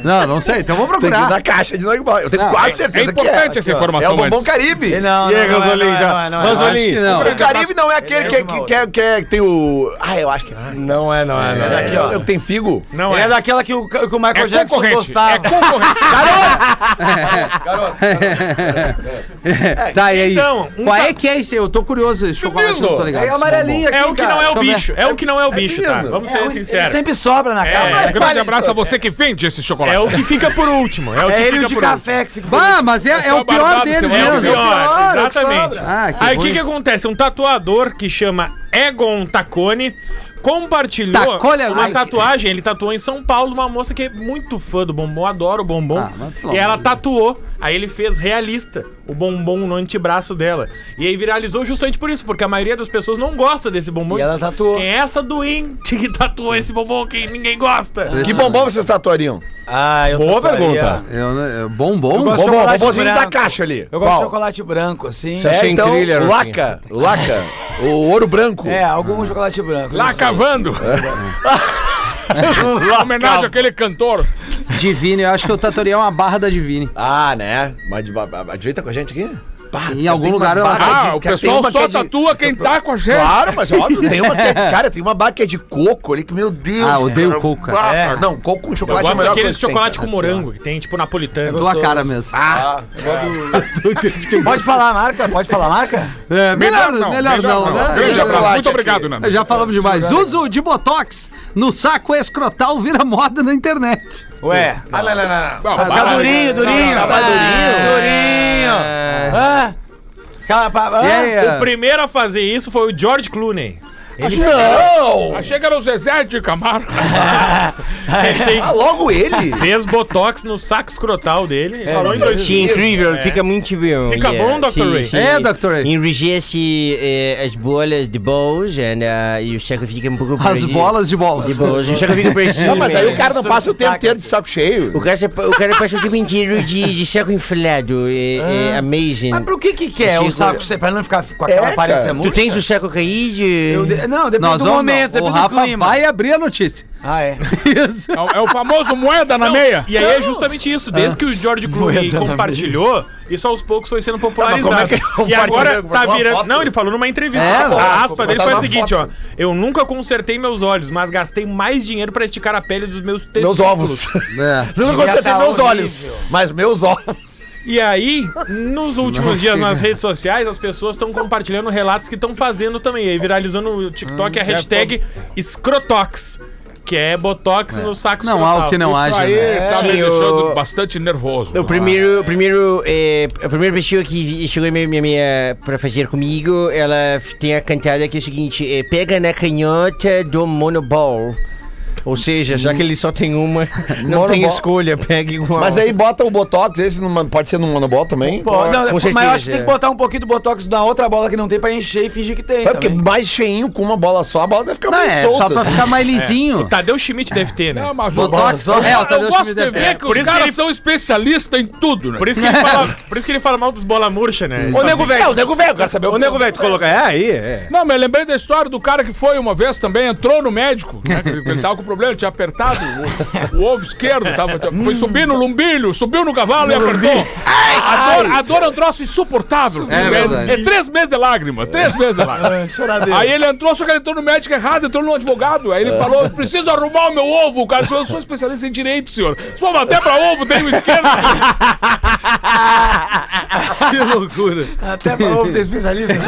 Não, não sei. Então vou
Tem que ir
procurar.
na caixa de Nogbal. Eu tenho
Não,
quase
É
certeza que
importante essa
É
informação
o bombom
antes.
Caribe.
E aí, Ranzolim, já?
Acho
Ranzolim,
que não. é.
O Caribe não é aquele
é
que,
de
que,
uma
que, é- que, é- que tem o. Ah, eu acho que. Ah,
Não é, não é, não é.
é, é, o que tem figo?
Não
É
é.
daquela que o, que o Michael
É
Jackson
concorrente.
gostava.
É concorrente.
Tá, e aí?
Então, um
Qual é
ca-
que é esse? Eu tô curioso. Esse chocolate
Menino,
não tô ligado.
É amarelinha aqui,
É o que não é o
Deixa eu
bicho. É o que não é o bicho, tá?
lindo.
Vamos
É,
ser
ele
sinceros.
Sempre sobra na
É,
cara.
um grande
grande abraço a você que vende esse chocolate.
É o que fica por último. É o que
É ele
fica
o de
por
café que fica...
Bah, mas é, é
só
o pior
barbado,
deles
você vai
É o
mesmo.
ver, ó.
pior,
Pior, é o que
exatamente.
sobra. Ah, que
Aí o que,
ruim.
que acontece? Um tatuador que chama Egon Tacone compartilhou
Tacone, é
uma
ai, que-
tatuagem. Ele tatuou em São Paulo uma moça que é muito fã do bombom, adora o bombom.
Ah, mas pelo
e ela
amor de Deus.
tatuou. Aí ele fez realista o bombom no antebraço dela. E aí viralizou justamente por isso, porque a maioria das pessoas não gosta desse bombom.
E ela
tá
tatuou.
Quem é essa doente que tatuou esse bombom que ninguém gosta?
Que bombom vocês tá, tatuariam?
Ah, eu
Boa
tatuaria.
pergunta.
Eu, né, é bombom?
gosto-
Bombom,
chocolate
bombomzinho
branco.
da caixa ali.
Eu gosto
Qual?
de chocolate branco, assim.
Você acha
É,
em
então,
thriller, assim?
laca, laca, o ouro branco.
É, algum chocolate branco.
Lá cavando. Homenagem àquele cantor.
Divine, eu acho que eu tatuaria uma barra da Divine.
Ah, né? Mas de- a, a, a direita com a gente aqui? Pá,
Em algum
tem uma
lugar ela-
barra
Ah,
de-
o
cara, tem
pessoal
uma que
só
é de-
tatua quem tá com a gente.
Claro, mas óbvio, tem uma que é, cara, tem uma barra que é de coco ali que, meu Deus.
Ah, odeio
cara.
coco,
Ah,
cara.
É.
Não, coco com
Eu
chocolate é
gosto
melhor
daqueles
coisa que tem,
chocolate com
cara.
morango, que tem tipo napolitano.
Tua cara mesmo.
Ah,
Pode falar a marca? Pode falar a marca?
É, melhor, melhor, não, né?
Grande
Melhor
abraço,
não.
muito obrigado, Nando.
Já falamos demais. Uso de botox no saco escrotal vira moda na internet.
Ué.
ah, não, não, não.
Bom,
Tá
vai-
durinho, durinho. É.
não, tá durinho.
Durinho. Ah. Cala, pa, ah.
E aí,
O primeiro a fazer isso foi o George Clooney.
Achei que era o Zezé de Camargo.
Ele tem
Ah, logo ele?
fez botox no saco escrotal dele.
É.
e falou em dois
Sim, incrível, fica muito bom.
Fica bom, Dr. Ray?
É, Dr. Ray.
Enrijece eh, as bolas de bolsa né, e o checo fica um pouco
As
perdido.
bolas
de
de bolsa.
bolsa. O checo fica perdido.
Não, mas aí
né?
o cara não passa o tempo inteiro de saco
O
cheio.
cara, se- o cara passa o tempo inteiro de, de saco inflado. É, é
Ah.
amazing.
Mas pro que que que é
Sim,
o saco?
sim.
Pra ele não ficar com aquela
É,
aparência
cara.
Tu
murcha?
tens o saco caído?
Eu de- Não, depende
Nós
do
vamos,
momento,
o
depende do
Rafa
clima.
vai abrir a notícia.
Ah, é.
Isso.
É o- É o famoso moeda na meia.
E aí é justamente isso, desde
Ah.
que o George Clooney
Moeda na
compartilhou, isso aos poucos foi sendo popularizado.
mas como é que ele
e agora
compartilhou?
tá
Botou uma
virando.
foto?
Não, ele falou numa entrevista.
É,
a aspa dele foi a
botaram
seguinte,
uma
ó. Eu nunca consertei meus olhos, mas gastei mais dinheiro pra esticar a pele dos meus
Meus
testículos.
ovos.
É.
Nunca consertei
tá
meus olhos.
horrível.
Mas meus ovos.
E aí, nos últimos dias nas redes sociais, as pessoas estão compartilhando relatos que estão fazendo também. E aí viralizou no TikTok
Hum,
a hashtag Scrotox, que é botox no saco
Não há o que não haja.
Aí
né?
tá me
Sim,
deixando
o-
bastante nervoso.
O primeiro, o primeiro, eh, a primeira pessoa que chegou em minha, minha, minha para fazer comigo, ela f- tem a cantada que é o seguinte: eh, pega na canhota do monoball. Ou seja, já que ele só tem uma, não tem
Monoball.
escolha, pega igual.
Mas aí bota o botox, esse numa- pode ser num monobol também?
Pô, não,
com
mas eu
certeza,
acho que tem
é.
que botar um pouquinho do botox na outra bola que não tem pra encher e fingir que tem.
É porque
também.
mais cheinho com uma bola só, a bola deve ficar
Não,
mais
é
solta.
só pra ficar mais lisinho.
Tadeu Schmidt deve ter, né?
Ah, mas o-
Botox. É,
tá
o Tadeu
Eu gosto
Schmidt
de ver que
Por
os
isso que
caras
ele-
são especialistas em tudo, né?
Por isso que ele fala, por isso que ele fala mal dos bola murcha, né?
Ô, nego velho.
o nego velho, eu quero saber
Ô, nego velho, tu coloca. É
Ah,
aí, é.
Não, mas eu lembrei da história do cara que foi uma vez também, entrou no médico, né? que Ele tava com problema, tinha apertado o, o ovo esquerdo, tava, foi subir no lumbilho, subiu no cavalo e apertou. A dor, a dor é um troço insuportável.
É verdade.
é três meses de lágrima, três meses de lágrima. Aí ele entrou, só que ele entrou no médico errado, entrou no advogado. Aí ele
É.
falou: "Eu preciso arrumar o meu ovo, cara. Eu sou especialista em direito, senhor. Se for até pra ovo, tem um o esquerdo.
Que loucura.
Até pra ovo ter especialista. né?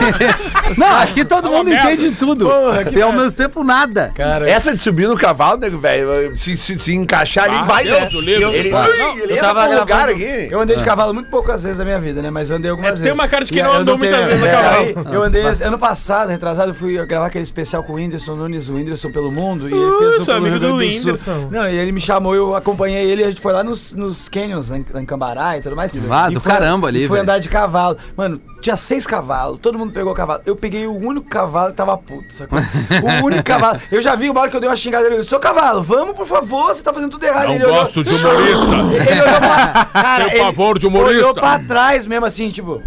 Não, aqui todo mundo
merda.
entende tudo. e ao mesmo tempo nada.
Essa de subir no cavalo, nego velho, se, se, se encaixar ali, vai,
Deus
né?
o livre.
Ele,
Ah,
Ui,
não,
ele
Eu
entra
tava
pra um lugar
gravando.
aqui.
Eu andei de cavalo muito poucas vezes na minha vida, né? Mas andei algumas
Ah. É,
vezes.
tem uma cara de que
E
não
eu
andou muitas
tenho-
vezes no
é,
cavalo.
aí Eu andei esse- ano passado, retrasado, eu fui gravar aquele especial com o Whindersson Nunes, o Whindersson pelo mundo. E ele
Uh,
fez um
sou
pelo
amigo
Rio Grande
do
Sul.
Whindersson.
Não, e ele me chamou, eu acompanhei ele, a gente foi lá nos, nos canyons, lá em, lá em Cambará e tudo mais.
Ah,
E
do
foi-
caramba ali,
e Foi
velho.
andar de cavalo. Mano, tinha seis cavalos, todo mundo pegou cavalo. Eu peguei o único cavalo que tava puto, sacou? o único cavalo. Eu já vi uma hora que eu dei uma xingada ele, seu cavalo, vamos, por favor, você tá fazendo tudo errado.
Não
Ele olhou-
gosto de humorista.
ele olhou pra. Cara,
Tenho pavor de humorista.
Olhou pra trás mesmo assim, tipo.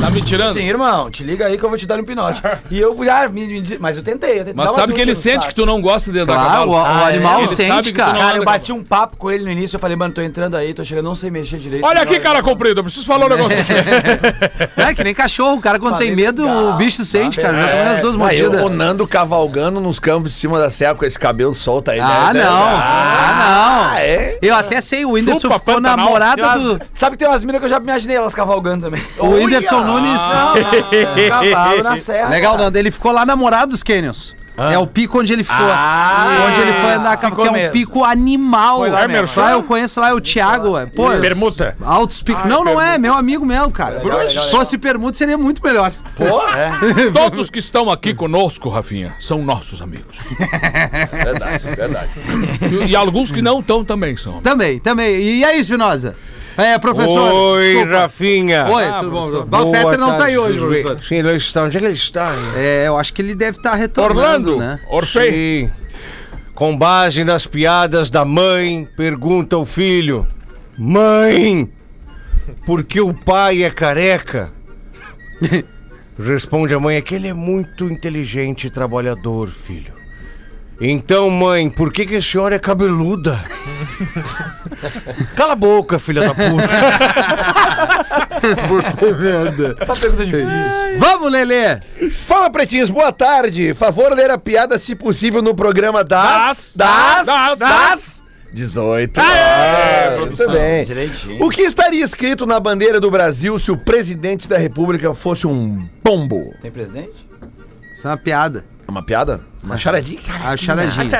Tá me tirando?
Sim, irmão, te liga aí que eu vou te dar um pinote. E eu, ah, me, me diz- mas eu tentei. Eu tentei
Mas
Dá uma
sabe que
dura
ele
no
sente
saco.
que tu tá não gosta de andar a
Claro,
cavalo.
o, o
Ah, é?
animal
Ele sabe
sente,
que tu não
cara.
Cara, eu
anda,
bati um papo com ele no início, eu falei, mano, tô entrando aí, tô chegando, não sei mexer direito.
Olha aqui, cara comprido, eu preciso falar um negócio contigo.
É que nem cachorro, o cara quando tem
Falei,
medo, o
legal,
bicho sente, cara. Já tomei as duas
Ah, eu, o
mordidas.
Nando cavalgando nos campos de cima da serra com esse cabelo solto aí.
Ah,
né?
não. Ah, não.
é?
Eu até sei, o Whindersson
Chupa,
ficou
Pantanal.
namorada
Tem umas-
do...
Sabe que tem umas minas que eu já me imaginei elas cavalgando também.
O Whindersson Nunes...
Cavalo na serra.
Legal,
cara.
Nando. Ele ficou lá na morada dos Canyons. É o pico onde ele ficou.
Ah,
onde ele foi andar, com-
ficou
que é um
mesmo.
pico animal.
Foi lá
Lá,
mesmo.
eu conheço lá, é o Thiago. é. Pô,
Permuta.
Altos picos. Não, não é, meu amigo meu, cara.
Legal, legal,
Se fosse permuta, seria muito melhor.
Todos que estão aqui conosco, Rafinha, são nossos amigos.
Verdade, verdade.
E, e alguns que não estão também são. amigos.
Também, também. E aí, Espinosa? É, professor.
Oi,
desculpa.
Rafinha.
Oi,
Ah,
tudo bom,
professor.
professor? Mas O Fetter não tá aí hoje, professor.
Sim, ele está. Onde é que ele está? hein?
É, eu acho que ele deve estar retornando,
Orlando,
né?
Orfei.
Sim. Com base nas piadas da mãe, pergunta ao filho: Mãe, por que o pai é careca? Responde a mãe: É que ele é muito inteligente e trabalhador, filho. Então, mãe, por que, que a senhora é cabeluda? Cala a boca, filha da puta.
Essa pergunta é difícil.
Vamos, Lelê!
Fala, pretinhos, boa tarde. Favor ler a piada, se possível, no programa das.
Das. Das.
18.
Aê,
horas.
produção.
Muito bem.
Direitinho.
O que estaria escrito na bandeira do Brasil se o presidente da República fosse um pombo?
Tem presidente?
Isso é uma piada.
Uma piada? Uma charadinha?
A charadinha.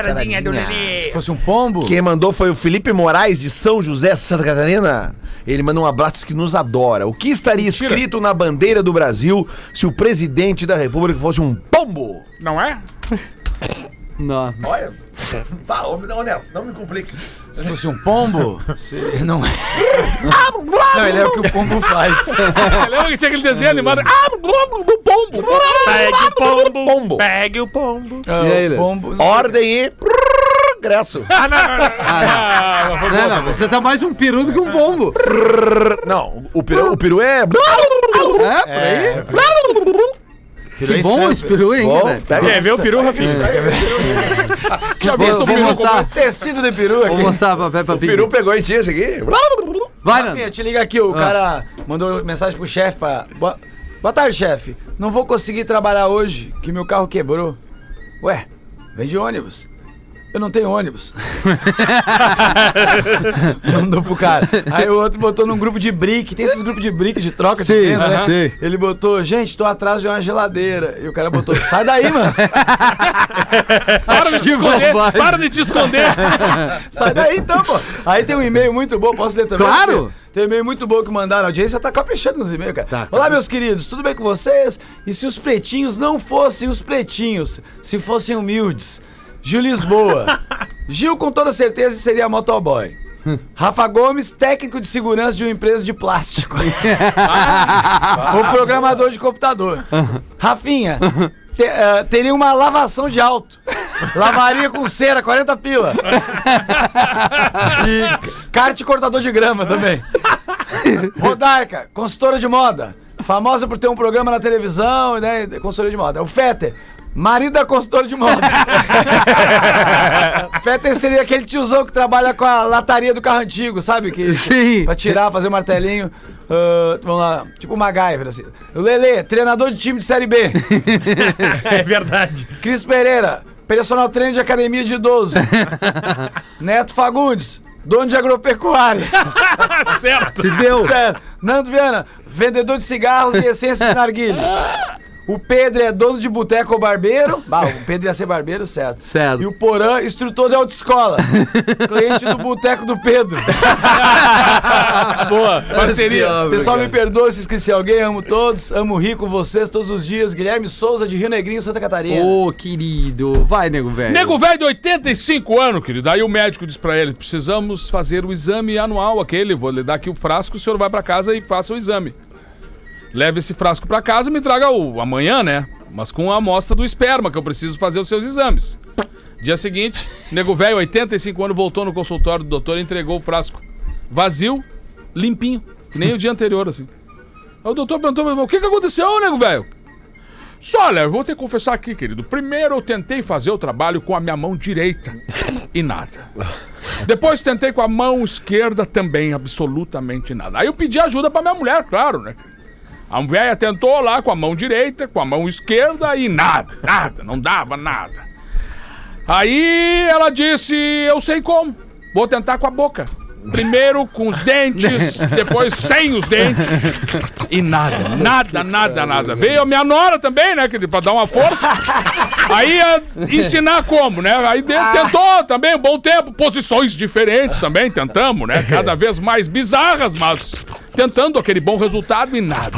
Se fosse um pombo?
Quem mandou foi o Felipe Moraes, de São José, Santa Catarina. Ele manda um abraço que nos adora. O que estaria escrito na bandeira do Brasil se o presidente da República fosse um pombo?
Não é?
Não.
Olha, tá, ô, ô, Nel, não me complique.
Se fosse um pombo? se- Não Não, ele é o que o pombo faz.
Lembra que tinha aquele desenho animado? Ah, do pombo.
Pegue o pombo.
Pombo.
Pegue o pombo.
Ah,
E aí, Lê?
o pombo.
Ordem e progresso.
Ah, não, não, não. Ah, não, foi
Não,
boa,
não,
foi
você tá mais um peru do que um pombo.
Não, o peru, o peru é...
É, por aí. Que bom esse peru, é hein,
Bom,
cara?
pega
boa. Quer ver o
essa.
peru, Rafinha? Já vi
é
Vou,
isso
vou
no
mostrar,
começo.
Tecido de peru
vou
aqui.
mostrar pra Peppa
O peru
Pig.
pegou em ti esse aqui.
Vai,
Rafinha,
Nando. Ah.
te liga aqui, o cara mandou mensagem pro chefe pra. Boa, Boa tarde, chefe. Não vou conseguir trabalhar hoje, que meu carro quebrou. Ué, vem de ônibus. Eu não tenho ônibus. Mandou pro cara. Aí o outro botou num grupo de brick. Tem esses grupos de brick de troca de
Sim, é,
venda, né?
sim.
Ele botou, gente, tô atrás de uma geladeira. E o cara botou, sai daí, mano.
Para de te
Que
esconder.
bobagem.
Para de te esconder.
Sai daí então, pô. Aí tem um e-mail muito bom, posso ler também?
Claro.
Tem um e-mail muito bom que mandaram. A audiência tá caprichando nos e-mails, cara.
Tá,
Olá,
cara.
meus queridos, tudo bem com vocês? E se os pretinhos não fossem os pretinhos, se fossem humildes? Gil Lisboa. Gil, com toda certeza, seria motoboy. Rafa Gomes, técnico de segurança de uma empresa de plástico. o programador de computador. Rafinha, te- eh, teria uma lavação de alto. Lavaria com cera, 40 pila. E kart cortador de grama também. Rodaica, consultora de moda. Famosa por ter um programa na televisão, né? Consultora de moda. O Fetter, marido da consultora de moda. Fetter seria aquele tiozão que trabalha com a lataria do carro antigo, sabe? Que,
Sim.
Pra tirar, fazer o martelinho. Ah, vamos lá, tipo o MacGyver, assim. Lele, treinador de time de Série B.
É verdade.
Cris Pereira, personal trainer de academia de idoso. Neto Fagundes, dono de agropecuária.
Tá certo.
Se deu.
Sério. Nando Viana, vendedor de cigarros e essências de narguilha. O Pedro é dono de boteco ou barbeiro. Ah, o Pedro ia ser barbeiro, certo.
Certo.
E o Porã, instrutor de autoescola. cliente do boteco do Pedro.
Boa.
Parceria.
Obrigado,
Pessoal, me
obrigado.
perdoa se esqueci alguém. Amo todos. Amo rico vocês todos os dias. Guilherme Souza, de Rio Negrinho, Santa Catarina.
Ô, querido. Vai, nego velho.
Nego velho de 85 anos, querido. Aí o médico diz pra ele: precisamos fazer o exame anual aquele. Vou lhe dar aqui o frasco, o senhor vai pra casa e faça o exame. Leve esse frasco pra casa e me traga o amanhã, né? Mas com a amostra do esperma, que eu preciso fazer os seus exames. Dia seguinte, nego velho, 85 anos, voltou no consultório do doutor e entregou o frasco vazio, limpinho, que nem o dia anterior, assim. Aí o doutor perguntou, mas o que, que aconteceu, nego, velho? Só, olha, eu vou ter que confessar aqui, querido. Primeiro eu tentei fazer o trabalho com a minha mão direita e nada. Depois tentei com a mão esquerda também, absolutamente nada. Aí eu pedi ajuda pra minha mulher, claro, né? A mulher tentou lá com a mão direita, com a mão esquerda e nada, nada, não dava nada. Aí ela disse: Eu sei como, vou tentar com a boca. Primeiro com os dentes, depois sem os dentes. E nada, nada, nada, nada. Veio a minha nora também, né, querido, pra dar uma força. Aí ia ensinar como, né? Aí de- tentou também um bom tempo, posições diferentes também, tentamos, né? Cada vez mais bizarras, mas tentando aquele bom resultado e nada.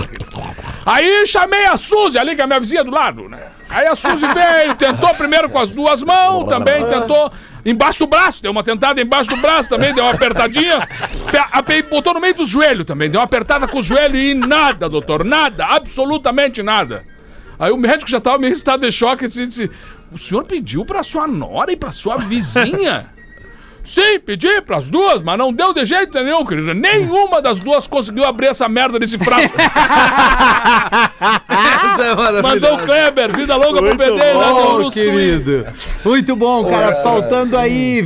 Aí chamei a Suzy ali, que é a minha vizinha do lado, né? Aí a Suzy veio, tentou primeiro com as duas mãos, também tentou embaixo do braço, deu uma tentada embaixo do braço também, deu uma apertadinha. Pe- ape- Botou no meio do joelho também, deu uma apertada com o joelho e nada, doutor, nada, absolutamente nada. Aí o médico já tava meio em estado de choque e disse: O senhor pediu pra sua nora e pra sua vizinha? Sim, pedi pras duas, mas não deu de jeito nenhum, querida. Nenhuma das duas conseguiu abrir essa merda desse frasco.
Essa é
Mandou o
maravilhosa.
Kleber, vida longa pro PD, lá do
Ô,
Uru Sul.
querido. Muito bom,
É.
cara. Faltando aí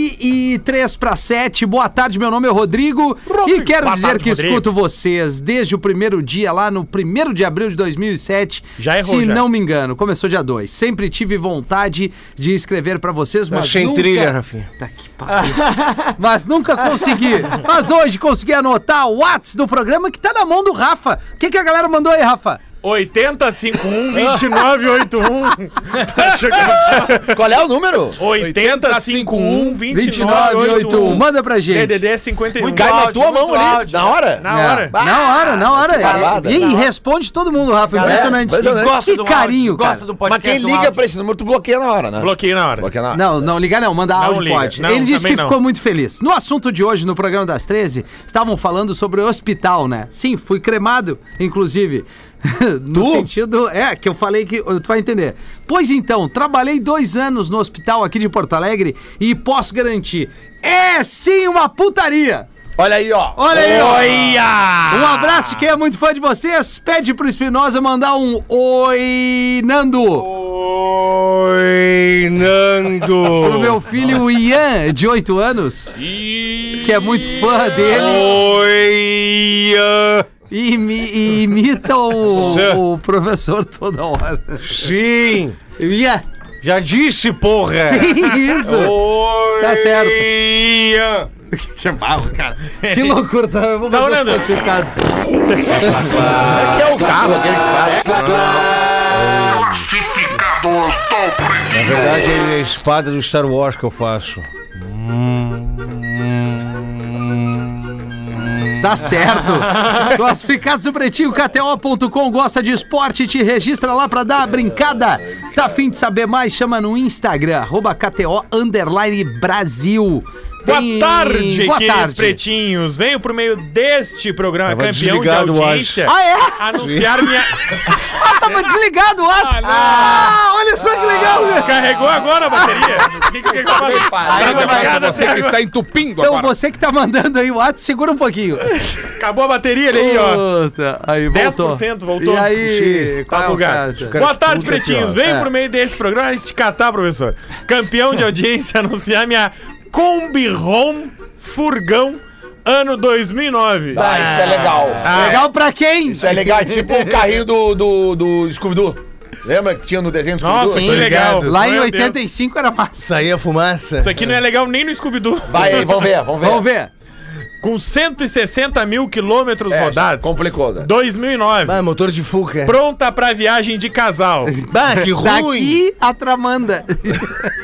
23 para 7. Boa tarde, meu nome é Rodrigo. E quero
Boa
dizer
tarde,
que
Rodrigo.
escuto vocês desde o primeiro dia, lá no primeiro de abril de 2007.
Já errou,
Se
já.
não me engano, começou dia 2. Sempre tive vontade de escrever pra vocês, mas
Achei
nunca...
trilha, Rafinha.
Tá que pariu. Mas nunca consegui. Mas hoje consegui anotar o Whats do programa que tá na mão do Rafa. O que, que a galera mandou aí, Rafa?
8051 2981. Tá chegando.
Qual é o número?
8051
2981.
2981.
Manda pra gente.
DDD 51.
Cai na tua mão ali, na hora?
Na
É.
hora.
Na hora, na hora.
barbada.
e responde todo mundo, Rafa.
Galera,
Impressionante.
impressionante.
Gosta
que
do
carinho,
áudio,
cara.
gosta do
Mas
podcast
quem
do
liga
áudio.
pra esse número, tu bloqueia na hora, né?
Bloqueei na hora.
Bloqueia na hora.
Não, não, ligar não, manda áudio
liga.
pode.
Não,
Ele disse que
também não.
ficou muito feliz. No assunto de hoje, no programa das 13, estavam falando sobre o hospital, né? Sim, fui cremado, inclusive. no sentido, é, que eu falei que. Tu vai entender. Pois então, trabalhei dois anos no hospital aqui de Porto Alegre e posso garantir: é sim uma putaria!
Olha aí, ó.
Olha aí, ó. Um abraço de quem é muito fã de vocês. Pede pro Espinosa mandar um oi, Nando.
Oi, Nando.
Pro meu filho Ian, de 8 anos, que é muito fã dele
Oi, ah,
e, imi- e imita o, o professor toda hora.
sim.
Ian,
Já disse, porra.
sim, isso.
Oi,
Tá certo.
ah.
Que barro, cara. Que loucura, tá? Eu vou mandar os
Nando.
classificados.
é
Na verdade, ele é a espada do Star Wars que eu faço.
Tá certo. Classificados do Pretinho, KTO.com, gosta de esporte, te registra lá pra dar a brincada. Tá afim de saber mais? Chama no Instagram, arroba KTO Underline Brasil.
Boa
Tem-
tarde,
Boa
queridos
tarde.
pretinhos. Venho por meio deste programa
Tava
campeão de
desligado,
audiência
Ah, é?
anunciar minha.
Ah, tava desligado o Whats. Ah, olha só que legal, velho.
Carregou agora a bateria? O que, que, que eu faço? Tava
Mas
apagada
Você
até
que
agora.
está entupindo
Então
agora.
você que tá mandando aí o Whats, segura um pouquinho.
Acabou a bateria ali, aí, ó.
Puta, aí voltou.
10% voltou.
E aí, qual é
Tá
a
bugado.
oferta?
Boa tarde,
tudo é
pretinhos.
pior.
Venho
É.
por meio desse programa te catar, professor. Campeão de audiência, anunciar minha Kombi Rom Furgão ano
Ah,
2009.
isso
tá.
é legal.
Legal pra quem?
Isso é legal, é tipo o carrinho do, do, do Scooby-Doo. Lembra que tinha no desenho do Scooby-Doo?
Nossa, que
É.
Tô
legal.
ligado.
Lá em
Meu Deus.
85 era massa.
Isso aí é fumaça.
Isso aqui não é legal nem no Scooby-Doo.
Vai aí, vamos ver, vamos ver.
Vamos ver.
Com 160 mil quilômetros
É,
rodados.
Complicou, né?
2009.
Ah, motor de fuca.
Pronta pra viagem de casal.
Bah, Ah, que ruim.
Daqui a Tramanda.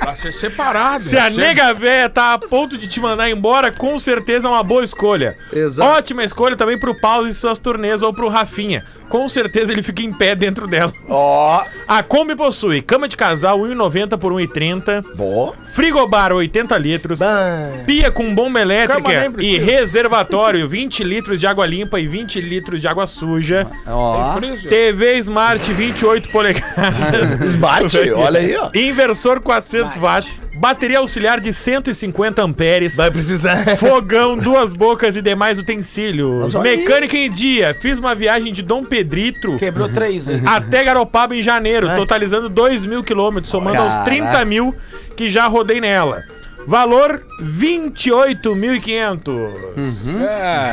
Vai ser separado.
Se a
Você-
nega véia tá a ponto de te mandar embora, com certeza é uma boa escolha.
Exato.
Ótima escolha também pro Paulo e suas turnês ou pro Rafinha. Com certeza ele fica em pé dentro dela.
Ó,
A Kombi possui cama de casal 1,90 por 1,30,
bom.
frigobar 80 litros,
Bah.
pia com bomba elétrica
Cama nem
e
precisa.
preservatório, 20 litros de água limpa e 20 litros de água suja.
Tem
Ó.
freezer?
TV Smart 28 polegadas.
Esbate, olha aí, ó.
Inversor 400 watts, bateria auxiliar de 150 amperes,
Vai precisar.
fogão, duas bocas e demais utensílios.
Mas olha aí.
Mecânica em dia. Fiz uma viagem de Dom Pedrito
Quebrou três aí.
até Garopaba em janeiro, totalizando 2 mil quilômetros, somando aos
Caraca.
30 mil que já rodei nela. Valor 28.500.
Uhum.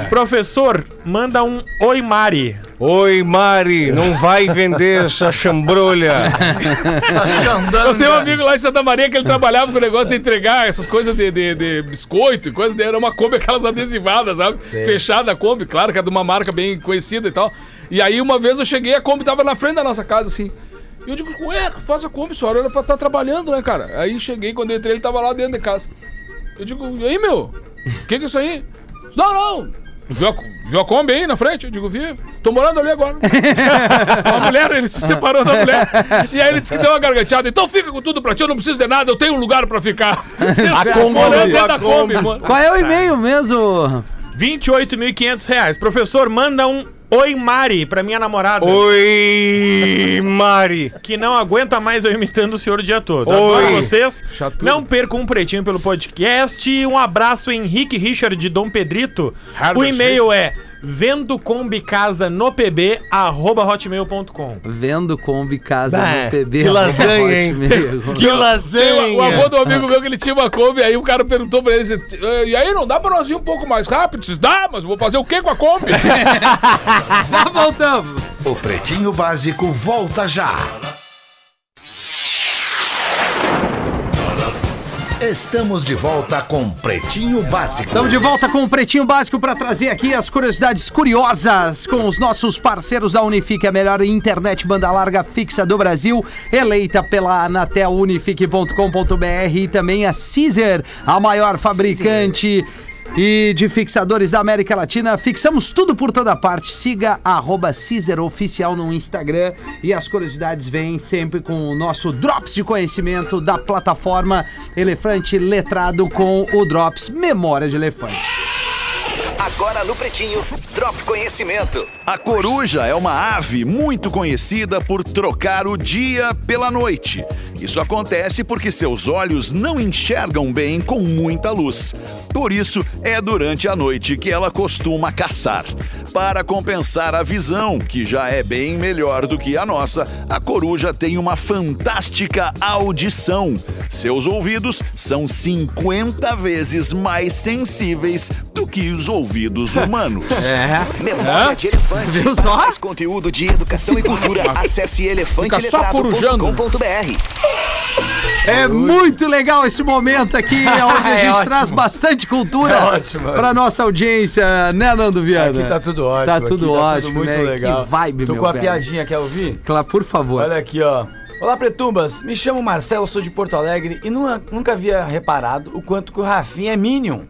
Professor, manda um oi Mari.
Oi, Mari, não vai vender essa chambrolha.
Eu tenho um amigo lá em Santa Maria que ele trabalhava com o negócio de entregar essas coisas de, de- de biscoito e coisa. daí Era uma Kombi, aquelas adesivadas, sabe? Fechada a Kombi, claro, que é de uma marca bem conhecida e tal. E aí uma vez eu cheguei, a Kombi tava na frente da nossa casa, assim. E eu digo, ué, faz a Kombi, senhora, era pra estar trabalhando, né, cara? Aí cheguei, quando eu entrei, ele tava lá dentro de casa. Eu digo, e aí, meu? O que que é isso aí? Não, não. Viu a, viu a Kombi aí na frente? Eu digo, vi. Tô morando ali agora. A mulher, ele se separou da mulher. E aí ele disse que deu uma garganteada. Então fica com tudo pra ti, eu não preciso de nada, eu tenho um lugar pra ficar. A
Kombi.
Morando dentro da Kombi, mano.
Qual é o e-mail mesmo?
28.500 reais. Professor, manda um oi Mari pra minha namorada.
Oi, Mari.
Que não aguenta mais eu imitando o senhor o dia todo.
Oi.
Adoro vocês. Não percam um pretinho pelo podcast. E Um abraço, Henrique Richard de Dom Pedrito. o e-mail é vendo combi casa no pb arroba hotmail.com.
Vendo Kombi Casa
Bah,
no PB.
que lasanha,
Ótimo,
hein?
amigo.
Que
Tem o, o avô
lasanha.
do amigo meu que ele tinha uma Kombi, aí o cara perguntou pra ele, assim, "Eh, e aí, não dá pra nós ir um pouco mais rápido? Diz, dá, mas vou fazer o quê com a Kombi?
Já voltamos.
O Pretinho Básico volta já. Estamos de volta com Pretinho Básico.
Estamos de volta com o Pretinho Básico para trazer aqui as curiosidades curiosas com os nossos parceiros da Unifique, a melhor internet banda larga fixa do Brasil, eleita pela Anatel Unifique.com.br e também a Caesar, a maior fabricante e de fixadores da América Latina. Fixamos tudo por toda parte. Siga arroba Cizer Oficial no Instagram e as curiosidades vêm sempre com o nosso Drops de Conhecimento da plataforma Elefante Letrado com o Drops Memória de Elefante.
Agora no Pretinho, Drop Conhecimento. A coruja é uma ave muito conhecida por trocar o dia pela noite. Isso acontece porque seus olhos não enxergam bem com muita luz. Por isso, é durante a noite que ela costuma caçar. Para compensar a visão, que já é bem melhor do que a nossa, a coruja tem uma fantástica audição. Seus ouvidos são 50 vezes mais sensíveis do que os ouvidos humanos.
É.
Memória de Elefante.
Viu só?
Para Mais conteúdo de educação e cultura. Acesse elefanteletrado.com.br.
É muito legal esse momento aqui, onde a
É
gente
ótimo.
traz bastante cultura
É ótimo.
para nossa audiência, né, Nando Viana?
Aqui tá tudo ótimo.
Tá
aqui
tudo ótimo,
muito
né?
legal.
Que vibe,
Tô
meu
com a
velho.
piadinha, quer ouvir?
Claro, por favor.
Olha aqui, ó. Olá, Pretumbas. Me chamo Marcelo, sou de Porto Alegre e nunca, nunca havia reparado o quanto que o Rafinha é Minion.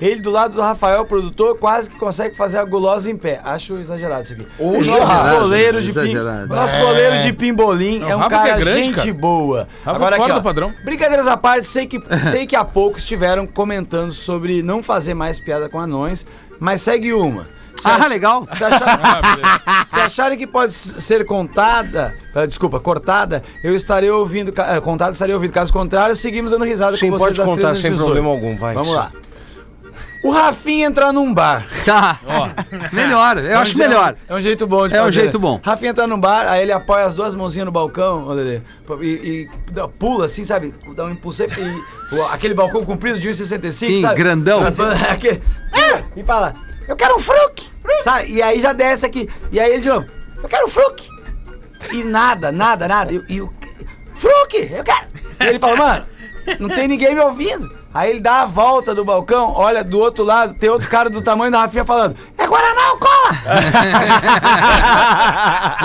Ele, do lado do Rafael, produtor, quase que consegue fazer a gulosa em pé. Acho exagerado isso aqui. O nosso
exagerado,
goleiro de, pin...
exagerado.
nosso goleiro de pimbolim é um
É. Rafa que
cara
é grande,
gente
cara.
boa.
Rafa fora do padrão.
Brincadeiras à parte, sei que, sei que há pouco estiveram comentando sobre não fazer mais piada com anões, mas segue uma. Se
Ah,
ach-
legal.
Se Ah, achar- se acharem que pode s- ser contada, ah, desculpa, cortada, eu estarei ouvindo, ca- ah, contada estarei ouvindo. Caso contrário, seguimos dando risada
Sim,
com vocês
pode
às
contar
13
sem
às 18.
problema algum, vai.
Vamos lá. O Rafinha entrar num bar.
Tá. Melhor, eu acho melhor.
É um jeito bom de
É um
fazer,
jeito
né?
bom.
Rafinha tá num bar, aí ele apoia as duas mãozinhas no balcão, ô Lelê, e, e dá- pula assim, sabe? Dá um impulso e, e- o- aquele balcão comprido de 1,65,
Sim,
sabe?
grandão.
Aquele- Ah! e fala, eu quero um fruque! Sabe? E aí já desce aqui. E aí ele de novo, eu quero um fruque! E nada, nada, nada. E, e o. Fruque! Eu quero! E ele fala, mano, não tem ninguém me ouvindo. Aí ele dá a volta do balcão, olha do outro lado, tem outro cara do tamanho da Rafinha falando: É Guaraná ou cola!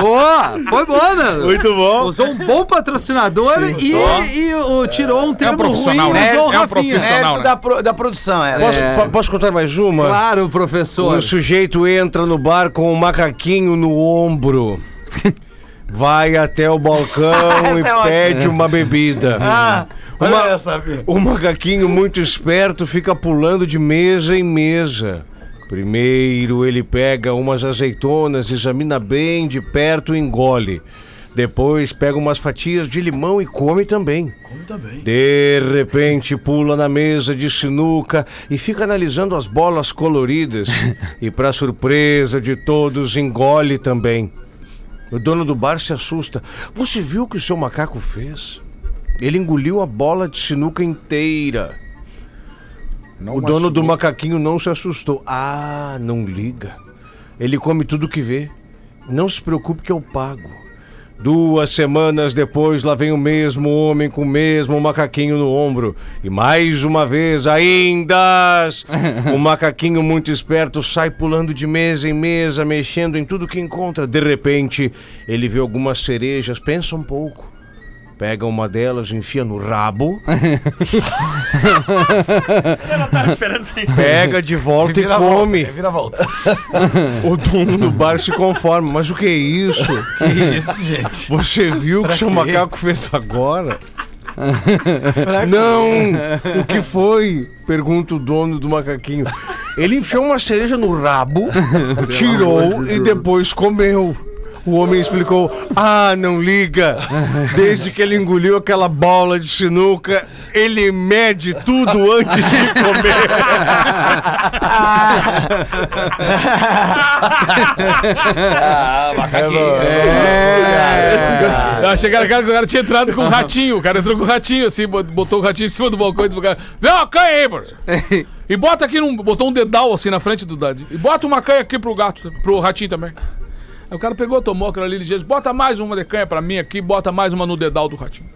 Boa, foi boa, Nando.
Muito bom.
Usou um bom patrocinador e, e o- tirou um termo ruim
profissional,
e
né?
usou o
É um
Rafinha.
profissional.
Mérito
né?
da, pro- da produção, é.
Posso,
É.
só- posso contar mais uma?
Claro, professor.
O sujeito entra no bar com um macaquinho no ombro. Vai até o balcão e
Essa é ótima.
pede uma bebida.
Ah, olha
Uma- um
essa, filho.
O macaquinho muito esperto fica pulando de mesa em mesa.
Primeiro ele pega umas azeitonas, examina bem de perto e engole. Depois pega umas fatias de limão e come também. Come também. De repente pula na mesa de sinuca e fica analisando as bolas coloridas. e para surpresa de todos, engole também. O dono do bar se assusta. Você viu o que o seu macaco fez? Ele engoliu a bola de sinuca inteira. o dono do macaquinho não se assustou. Ah, não liga. Ele come tudo que vê. Não se preocupe que eu pago. Duas semanas depois, lá vem o mesmo homem com o mesmo macaquinho no ombro. E mais uma vez, ainda! o macaquinho muito esperto sai pulando de mesa em mesa, mexendo em tudo que encontra. De repente, ele vê algumas cerejas, pensa um pouco. Pega uma delas, enfia no rabo, pega de volta e come.
Vira a volta.
O dono do bar se conforma. Mas o que é isso?
Que isso, gente?
Você viu o que seu macaco fez agora? Não! O que foi? Pergunta o dono do macaquinho. Ele enfiou uma cereja no rabo, tirou e depois comeu. O homem explicou: Ah, não liga! Desde que ele engoliu aquela bola de sinuca, ele mede tudo antes de comer. É,
Ah. Eu achei que era cara que o cara tinha entrado com o ratinho. O cara entrou com o ratinho, assim, bot- botou o ratinho em cima do balcão e disse pro cara: Vem uma canha aí, bro. E bota aqui num. Botou um dedal assim na frente do Dad. E bota uma canha aqui pro gato, pro ratinho também. Aí o cara pegou, tomou aquela ali, ele disse: Bota mais uma de canha pra mim aqui, bota mais uma no dedal do ratinho.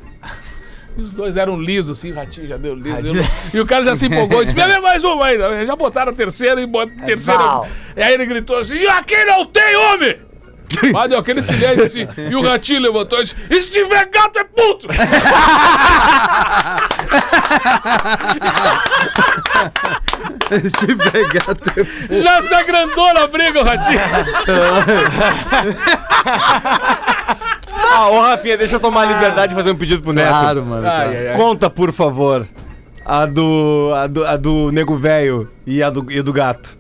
E Os dois eram lisos, assim, o ratinho já deu liso. deu liso. E o cara já se empolgou e disse: Vem vem mais uma ainda. Já botaram a terceira e botaram a terceira. E aí ele gritou assim: Aqui não tem homem! Mas deu aquele silêncio assim, e o ratinho levantou e disse: "E se tiver gato é puto!
Se
é
pegar teu-
Já se agrandou na briga, o ratinho!
Ah, ô Rafinha, deixa eu tomar a liberdade de fazer um pedido pro Neto.
Claro, mano. claro.
ai,
Conta, por favor, a do. a do, a do nego velho e a do, e a do gato.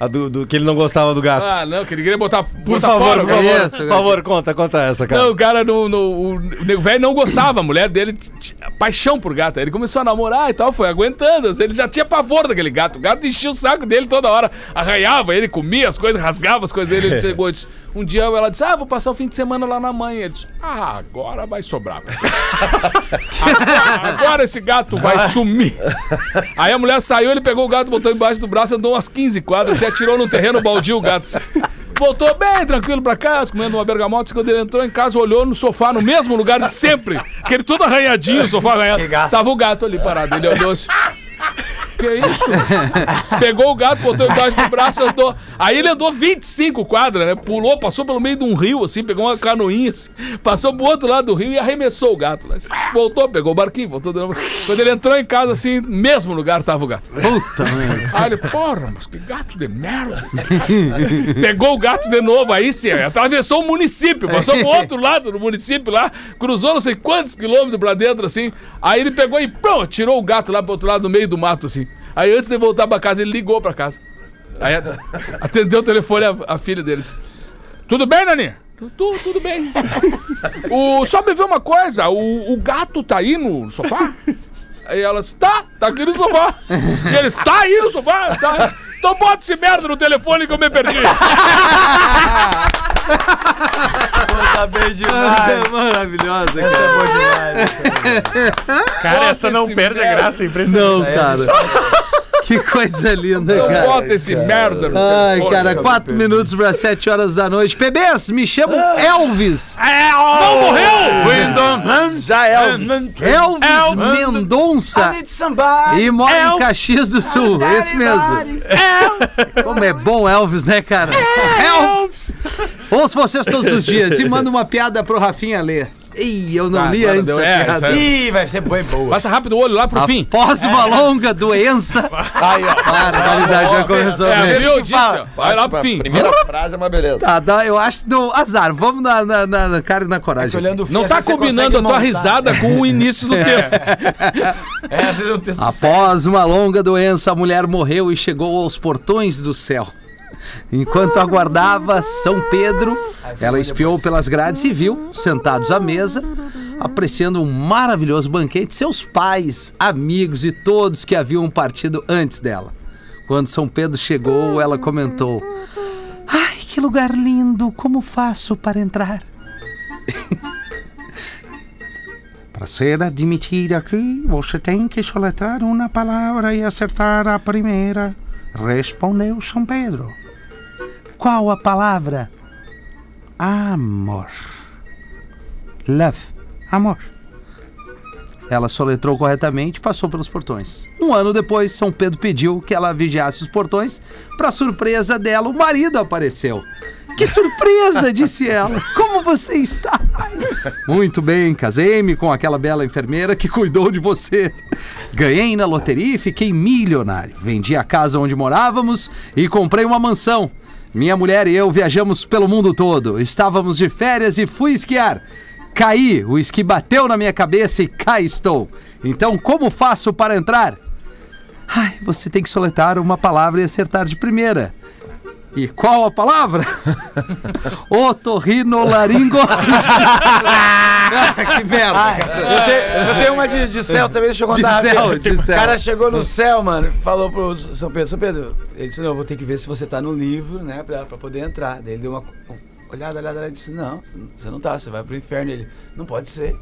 A do, do- que ele não gostava do gato.
Ah, não, que ele queria botar.
por
botar
favor,
fora,
por
cara.
favor,
isso,
por
cara.
favor, conta, conta essa, cara.
Não, o cara não. não- o nego velho não gostava, a mulher dele tinha paixão por gato. Aí ele começou a namorar e tal, foi aguentando. assim, Ele já tinha pavor daquele gato. O gato enchia o saco dele toda hora. Arranhava ele, comia as coisas, rasgava as coisas dele. Ele chegou e disse, Um dia ela disse: Ah, vou passar o fim de semana lá na mãe. Ele disse: Ah, agora vai sobrar. Agora esse gato vai sumir. Aí a mulher saiu, ele pegou o gato, botou embaixo do braço, andou umas 15 quadras, e atirou no terreno baldio o gato. Voltou bem tranquilo pra casa, comendo uma bergamota. disse que Quando ele entrou em casa, olhou no sofá, no mesmo lugar de sempre. Aquele todo arranhadinho, o sofá arranhado. Tava o gato ali parado. Ele olhou assim. Que isso? Pegou o gato, botou embaixo do braço, andou. Aí ele andou 25 quadras, né? Pulou, passou pelo meio de um rio, assim, pegou uma canoinha, assim, passou pro outro lado do rio e arremessou o gato. Né? Voltou, pegou o barquinho, voltou. de novo. Quando ele entrou em casa, assim, mesmo lugar tava o gato.
Puta, mano.
Aí ele, porra, mas que gato de merda. Pegou o gato de novo, aí sim, atravessou o município, passou pro outro lado do município lá, cruzou não sei quantos quilômetros pra dentro, assim. Aí ele pegou e pronto, tirou o gato lá pro outro lado, no meio do mato, assim. Aí antes de voltar pra casa, ele ligou pra casa. Aí a- atendeu o telefone a, a filha dele. disse, Tudo bem, Naninha? Tudo, tudo bem. O, só me vê uma coisa, o, o gato tá aí no sofá? Aí ela disse, tá, tá aqui no sofá. E ele, tá aí no sofá? Tá. Então bota esse merda no telefone que eu me perdi.
Tá bem demais.
Maravilhosa,
Isso
cara.
é bom demais.
Cara, essa não
esse
perde a
merda.
graça, é impressionante.
Não, cara. Que coisa linda,
Então
cara.
bota esse merda no
Ai,
telefone.
cara, 4 minutos para 7 horas da noite. Bebês, me chamam Elvis.
Não morreu!
Já é o.
Elvis Mendonça.
somebody.
E mora em Caxias do Sul, é esse mesmo. Como é bom Elvis, né,
É.
um? cara? Elvis! Ouço vocês todos os dias e manda uma piada pro Rafinha ler. Ih, eu não
Ah,
li
agora
antes.
deu-
a
é,
piada.
isso aí. É.
Ih, vai ser boa e boa.
Passa rápido o olho lá pro fim.
Após uma longa doença.
Aí, ó.
Barbaridade, já começou
É,
bem.
viu? Disse, ó. Vai lá pro fim.
Primeira frase é uma beleza.
Tá, dá, eu acho que deu azar. Vamos na, na, na- na cara e na coragem.
Olhando o fim,
Não tá
às vezes você
combinando a
consegue
tua
montar.
risada com o início do texto.
É, às vezes o texto
Ah,
Após uma longa doença, a mulher morreu e chegou aos portões do céu. Enquanto aguardava São Pedro, ela espiou pelas grades e viu, sentados à mesa, apreciando um maravilhoso banquete, seus pais, amigos e todos que haviam partido antes dela. Quando São Pedro chegou, ela comentou: Ai, que lugar lindo! Como faço para entrar? Para ser admitida aqui, você tem que soletrar uma palavra e acertar a primeira. Respondeu São Pedro. Qual a palavra? Amor. Love. Amor. Ela soletrou corretamente e passou pelos portões. Um ano depois, São Pedro pediu que ela vigiasse os portões. Para surpresa dela, o marido apareceu. Que surpresa, disse ela. Como você está? Muito bem, casei-me com aquela bela enfermeira que cuidou de você. Ganhei na loteria e fiquei milionário. Vendi a casa onde morávamos e comprei uma mansão. Minha mulher e eu viajamos pelo mundo todo. Estávamos de férias e fui esquiar. Caí, o esqui bateu na minha cabeça e cá estou. Então, como faço para entrar? Ai, você tem que soletar uma palavra e acertar de primeira. E qual a palavra? Otorrinolaringo. Ah, que merda. cara.
Eu tenho, eu tenho uma de, de céu também, deixa eu contar.
De
rapidinho.
céu, de
o
céu.
cara chegou no céu, mano, falou pro São Pedro, São Pedro, ele disse, não, eu vou ter que ver se você tá no livro, né, pra, pra poder entrar. Daí ele deu uma olhada, olhada, olhada, e disse, não, você não tá, você vai pro inferno. Ele, não pode ser.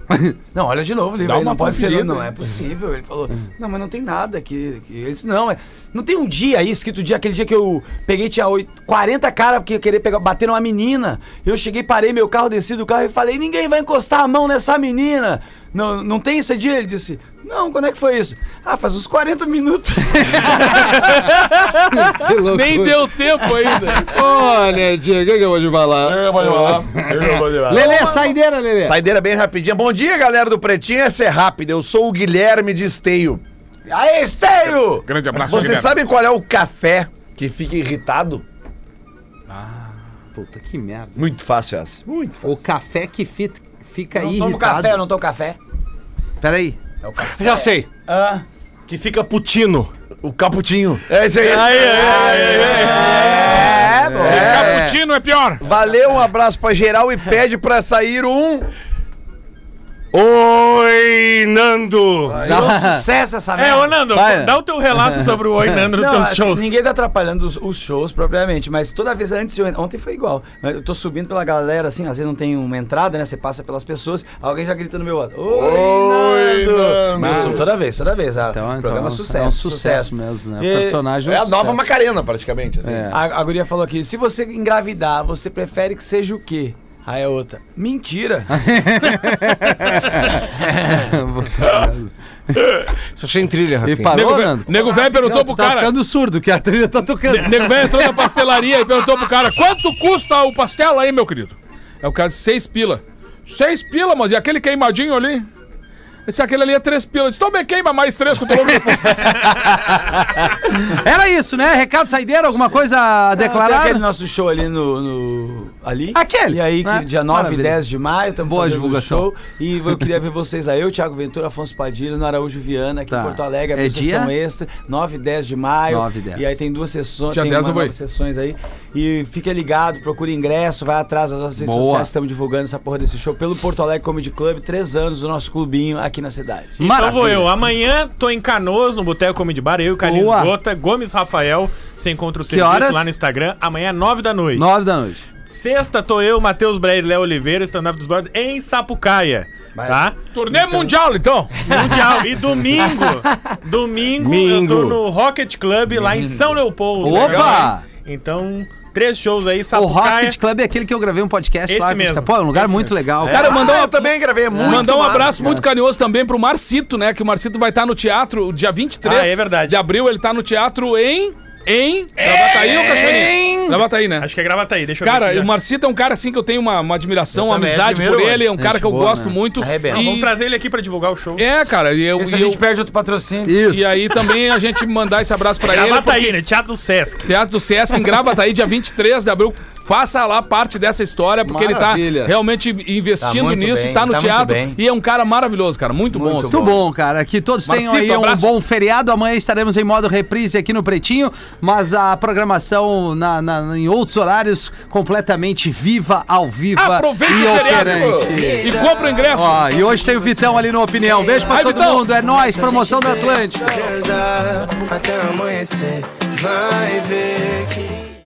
não, olha de novo o livro,
Dá
ele, não
uma
pode ser, não,
conferida,
não é
hein?
possível. Ele falou, não, mas não tem nada aqui. aqui. Ele disse, não, é, não tem um dia aí, escrito dia, aquele dia que eu peguei, tinha oito- 40 caras porque querer pegar, bater uma menina. Eu cheguei, parei meu carro, desci do carro e falei, ninguém vai encostar a mão nessa menina. Não, não tem esse dia? Ele disse, não, quando é que foi isso? Ah, faz uns 40 minutos.
Que loucura.
Nem deu tempo ainda.
Olha, Diego, o
é
que que eu vou te falar? Eu vou te falar. Eu vou te falar.
Lelê, saideira, Lelê.
Saideira bem rapidinha. Bom dia, galera do Pretinho. Essa é rápida. Eu sou o Guilherme de Esteio.
Aê, Esteio!
Grande abraço,
Vocês
Guilherme.
sabem qual é o café que fica irritado?
Puta, que merda.
Muito fácil essa.
O café que fit- fica
Não tomo
irritado.
café, eu não tomo café.
Peraí.
É.
Já sei.
Ah,
Que fica putino.
O caputinho. É isso aí.
é, bom.
É. Caputino é pior.
Valeu, um abraço pra geral e pede pra sair um. Oi, Nando!
um Sucesso essa
É,
merda.
ô Nando,
Vai.
dá o teu relato sobre o Oi Nando nos
Não,
teus
assim,
shows.
ninguém tá atrapalhando os, os shows propriamente, mas toda vez antes de eu en- ontem foi igual. Eu tô subindo pela galera assim, às vezes não tem uma entrada, né? Você passa pelas pessoas, alguém já grita no meu lado. Oi,
Oi,
Nando!
Nando!
Eu subo toda vez, toda vez. Ah, programa sucesso,
é um sucesso, mesmo, né? O personagem
É
um
a nova
sucesso.
Macarena, praticamente, assim.
É.
A, a guria falou aqui, se você engravidar, você prefere que seja o quê? Aí a outra, mentira.
Isso é sem trilha, Rafinha.
E parou,
Nego, Velho-
Nando?
Nego Velho perguntou
Não,
pro
tu tá
cara.
ficando surdo, que a trilha tá tocando.
Nego Velho entrou na pastelaria e perguntou pro cara: quanto custa o pastel aí, meu querido? É o caso, seis pila. Seis pila, mas e aquele queimadinho ali? Esse aquele ali é três pila. Eu disse, Então me queima mais três que eu tô louco de fome."
Era isso, né? Recado saideiro, alguma coisa a
Tem
declarar?
aquele nosso show ali no. no- ali.
Aquele,
E aí, que
né?
dia 9 e
Maravilha.
10 de maio, estamos
Boa
fazendo
divulgação.
um show. E eu queria ver vocês aí, eu, Thiago Ventura, Afonso Padilha, no Araújo Viana, aqui
Tá.
em Porto Alegre,
É
abriu sessão
dia?
extra, 9 e 10 de maio.
9 e 10.
E aí tem duas sessões,
Dia
tem
10
uma-
eu vou
novas sessões aí. E fica ligado, procura ingresso, vai atrás das nossas redes
Boa.
sociais, estamos divulgando essa porra desse show pelo Porto Alegre Comedy Club, três anos, o nosso clubinho aqui na cidade.
Então vou
Maravilha.
eu. Amanhã tô em Canoas, no Boteco Comedy Bar. Eu, Carlinhos
Boa.
Gota, Gomes Rafael. Você encontra o serviço
horas?
lá no Instagram. Amanhã, 9 da noite.
Nove da noite.
Sexta tô eu, Matheus Breyer, Léo Oliveira, stand-up dos brothers, em Sapucaia. Tá?
Turnê mundial, então.
Mundial. E domingo, domingo
Mingo.
eu tô no Rocket Club lá em São Leopoldo.
Opa!
Legal, hein? Então, três shows aí,
O
Sapucaia.
Rocket Club é aquele que eu gravei um podcast
Esse
lá.
mesmo.
Pô, é um lugar
Esse
muito
mesmo.
legal.
Cara,
Cara,
mandou, eu também gravei é muito.
Mandar um
massa.
abraço muito carinhoso também pro Marcito, né? Que o Marcito vai estar no teatro dia 23
Ah, é verdade.
de abril. Ele tá no teatro em. Em. Gravataí ou Cachoeirinha?
Em
Gravata aí, né?
Acho que é gravata aí, deixa eu ver.
Cara,
aqui,
o
ó.
Marcito é um cara assim que eu tenho uma, uma admiração,
Eu
uma
também, é
amizade
primeiro
por
olho.
ele, é um cara
Gente
que eu
boa,
gosto
né?
muito.
Arrebenta.
E-
Não,
Vamos trazer um- ele aqui pra divulgar o show.
É, cara, e eu,
Esse a
e eu-
gente perde outro patrocínio.
Isso.
e aí também a gente mandar esse abraço pra ele.
Gravata
porque-
aí, né? Teatro do Sesc.
Teatro do Sesc em Gravataí, dia 23 de abril. Faça lá parte dessa história, porque ele
Maravilha.
tá realmente investindo
Tá muito
nisso,
bem,
tá no
tá muito
teatro.
bem.
E é um cara maravilhoso, cara. Muito, bom. assim.
Muito bom, cara. Que todos tenham
Marcito,
aí um
abraço.
bom feriado. Amanhã estaremos em modo reprise aqui no Pretinho, mas a programação na, na- em outros horários completamente viva, ao vivo
Aproveite o feriado
operante.
e compra o ingresso.
Ó, e hoje tem o Vitão ali no Opinião. Beijo pra
Vai,
todo
Vitão.
mundo. É nóis, promoção da Atlântica.
Transar até amanhecer, vai ver que.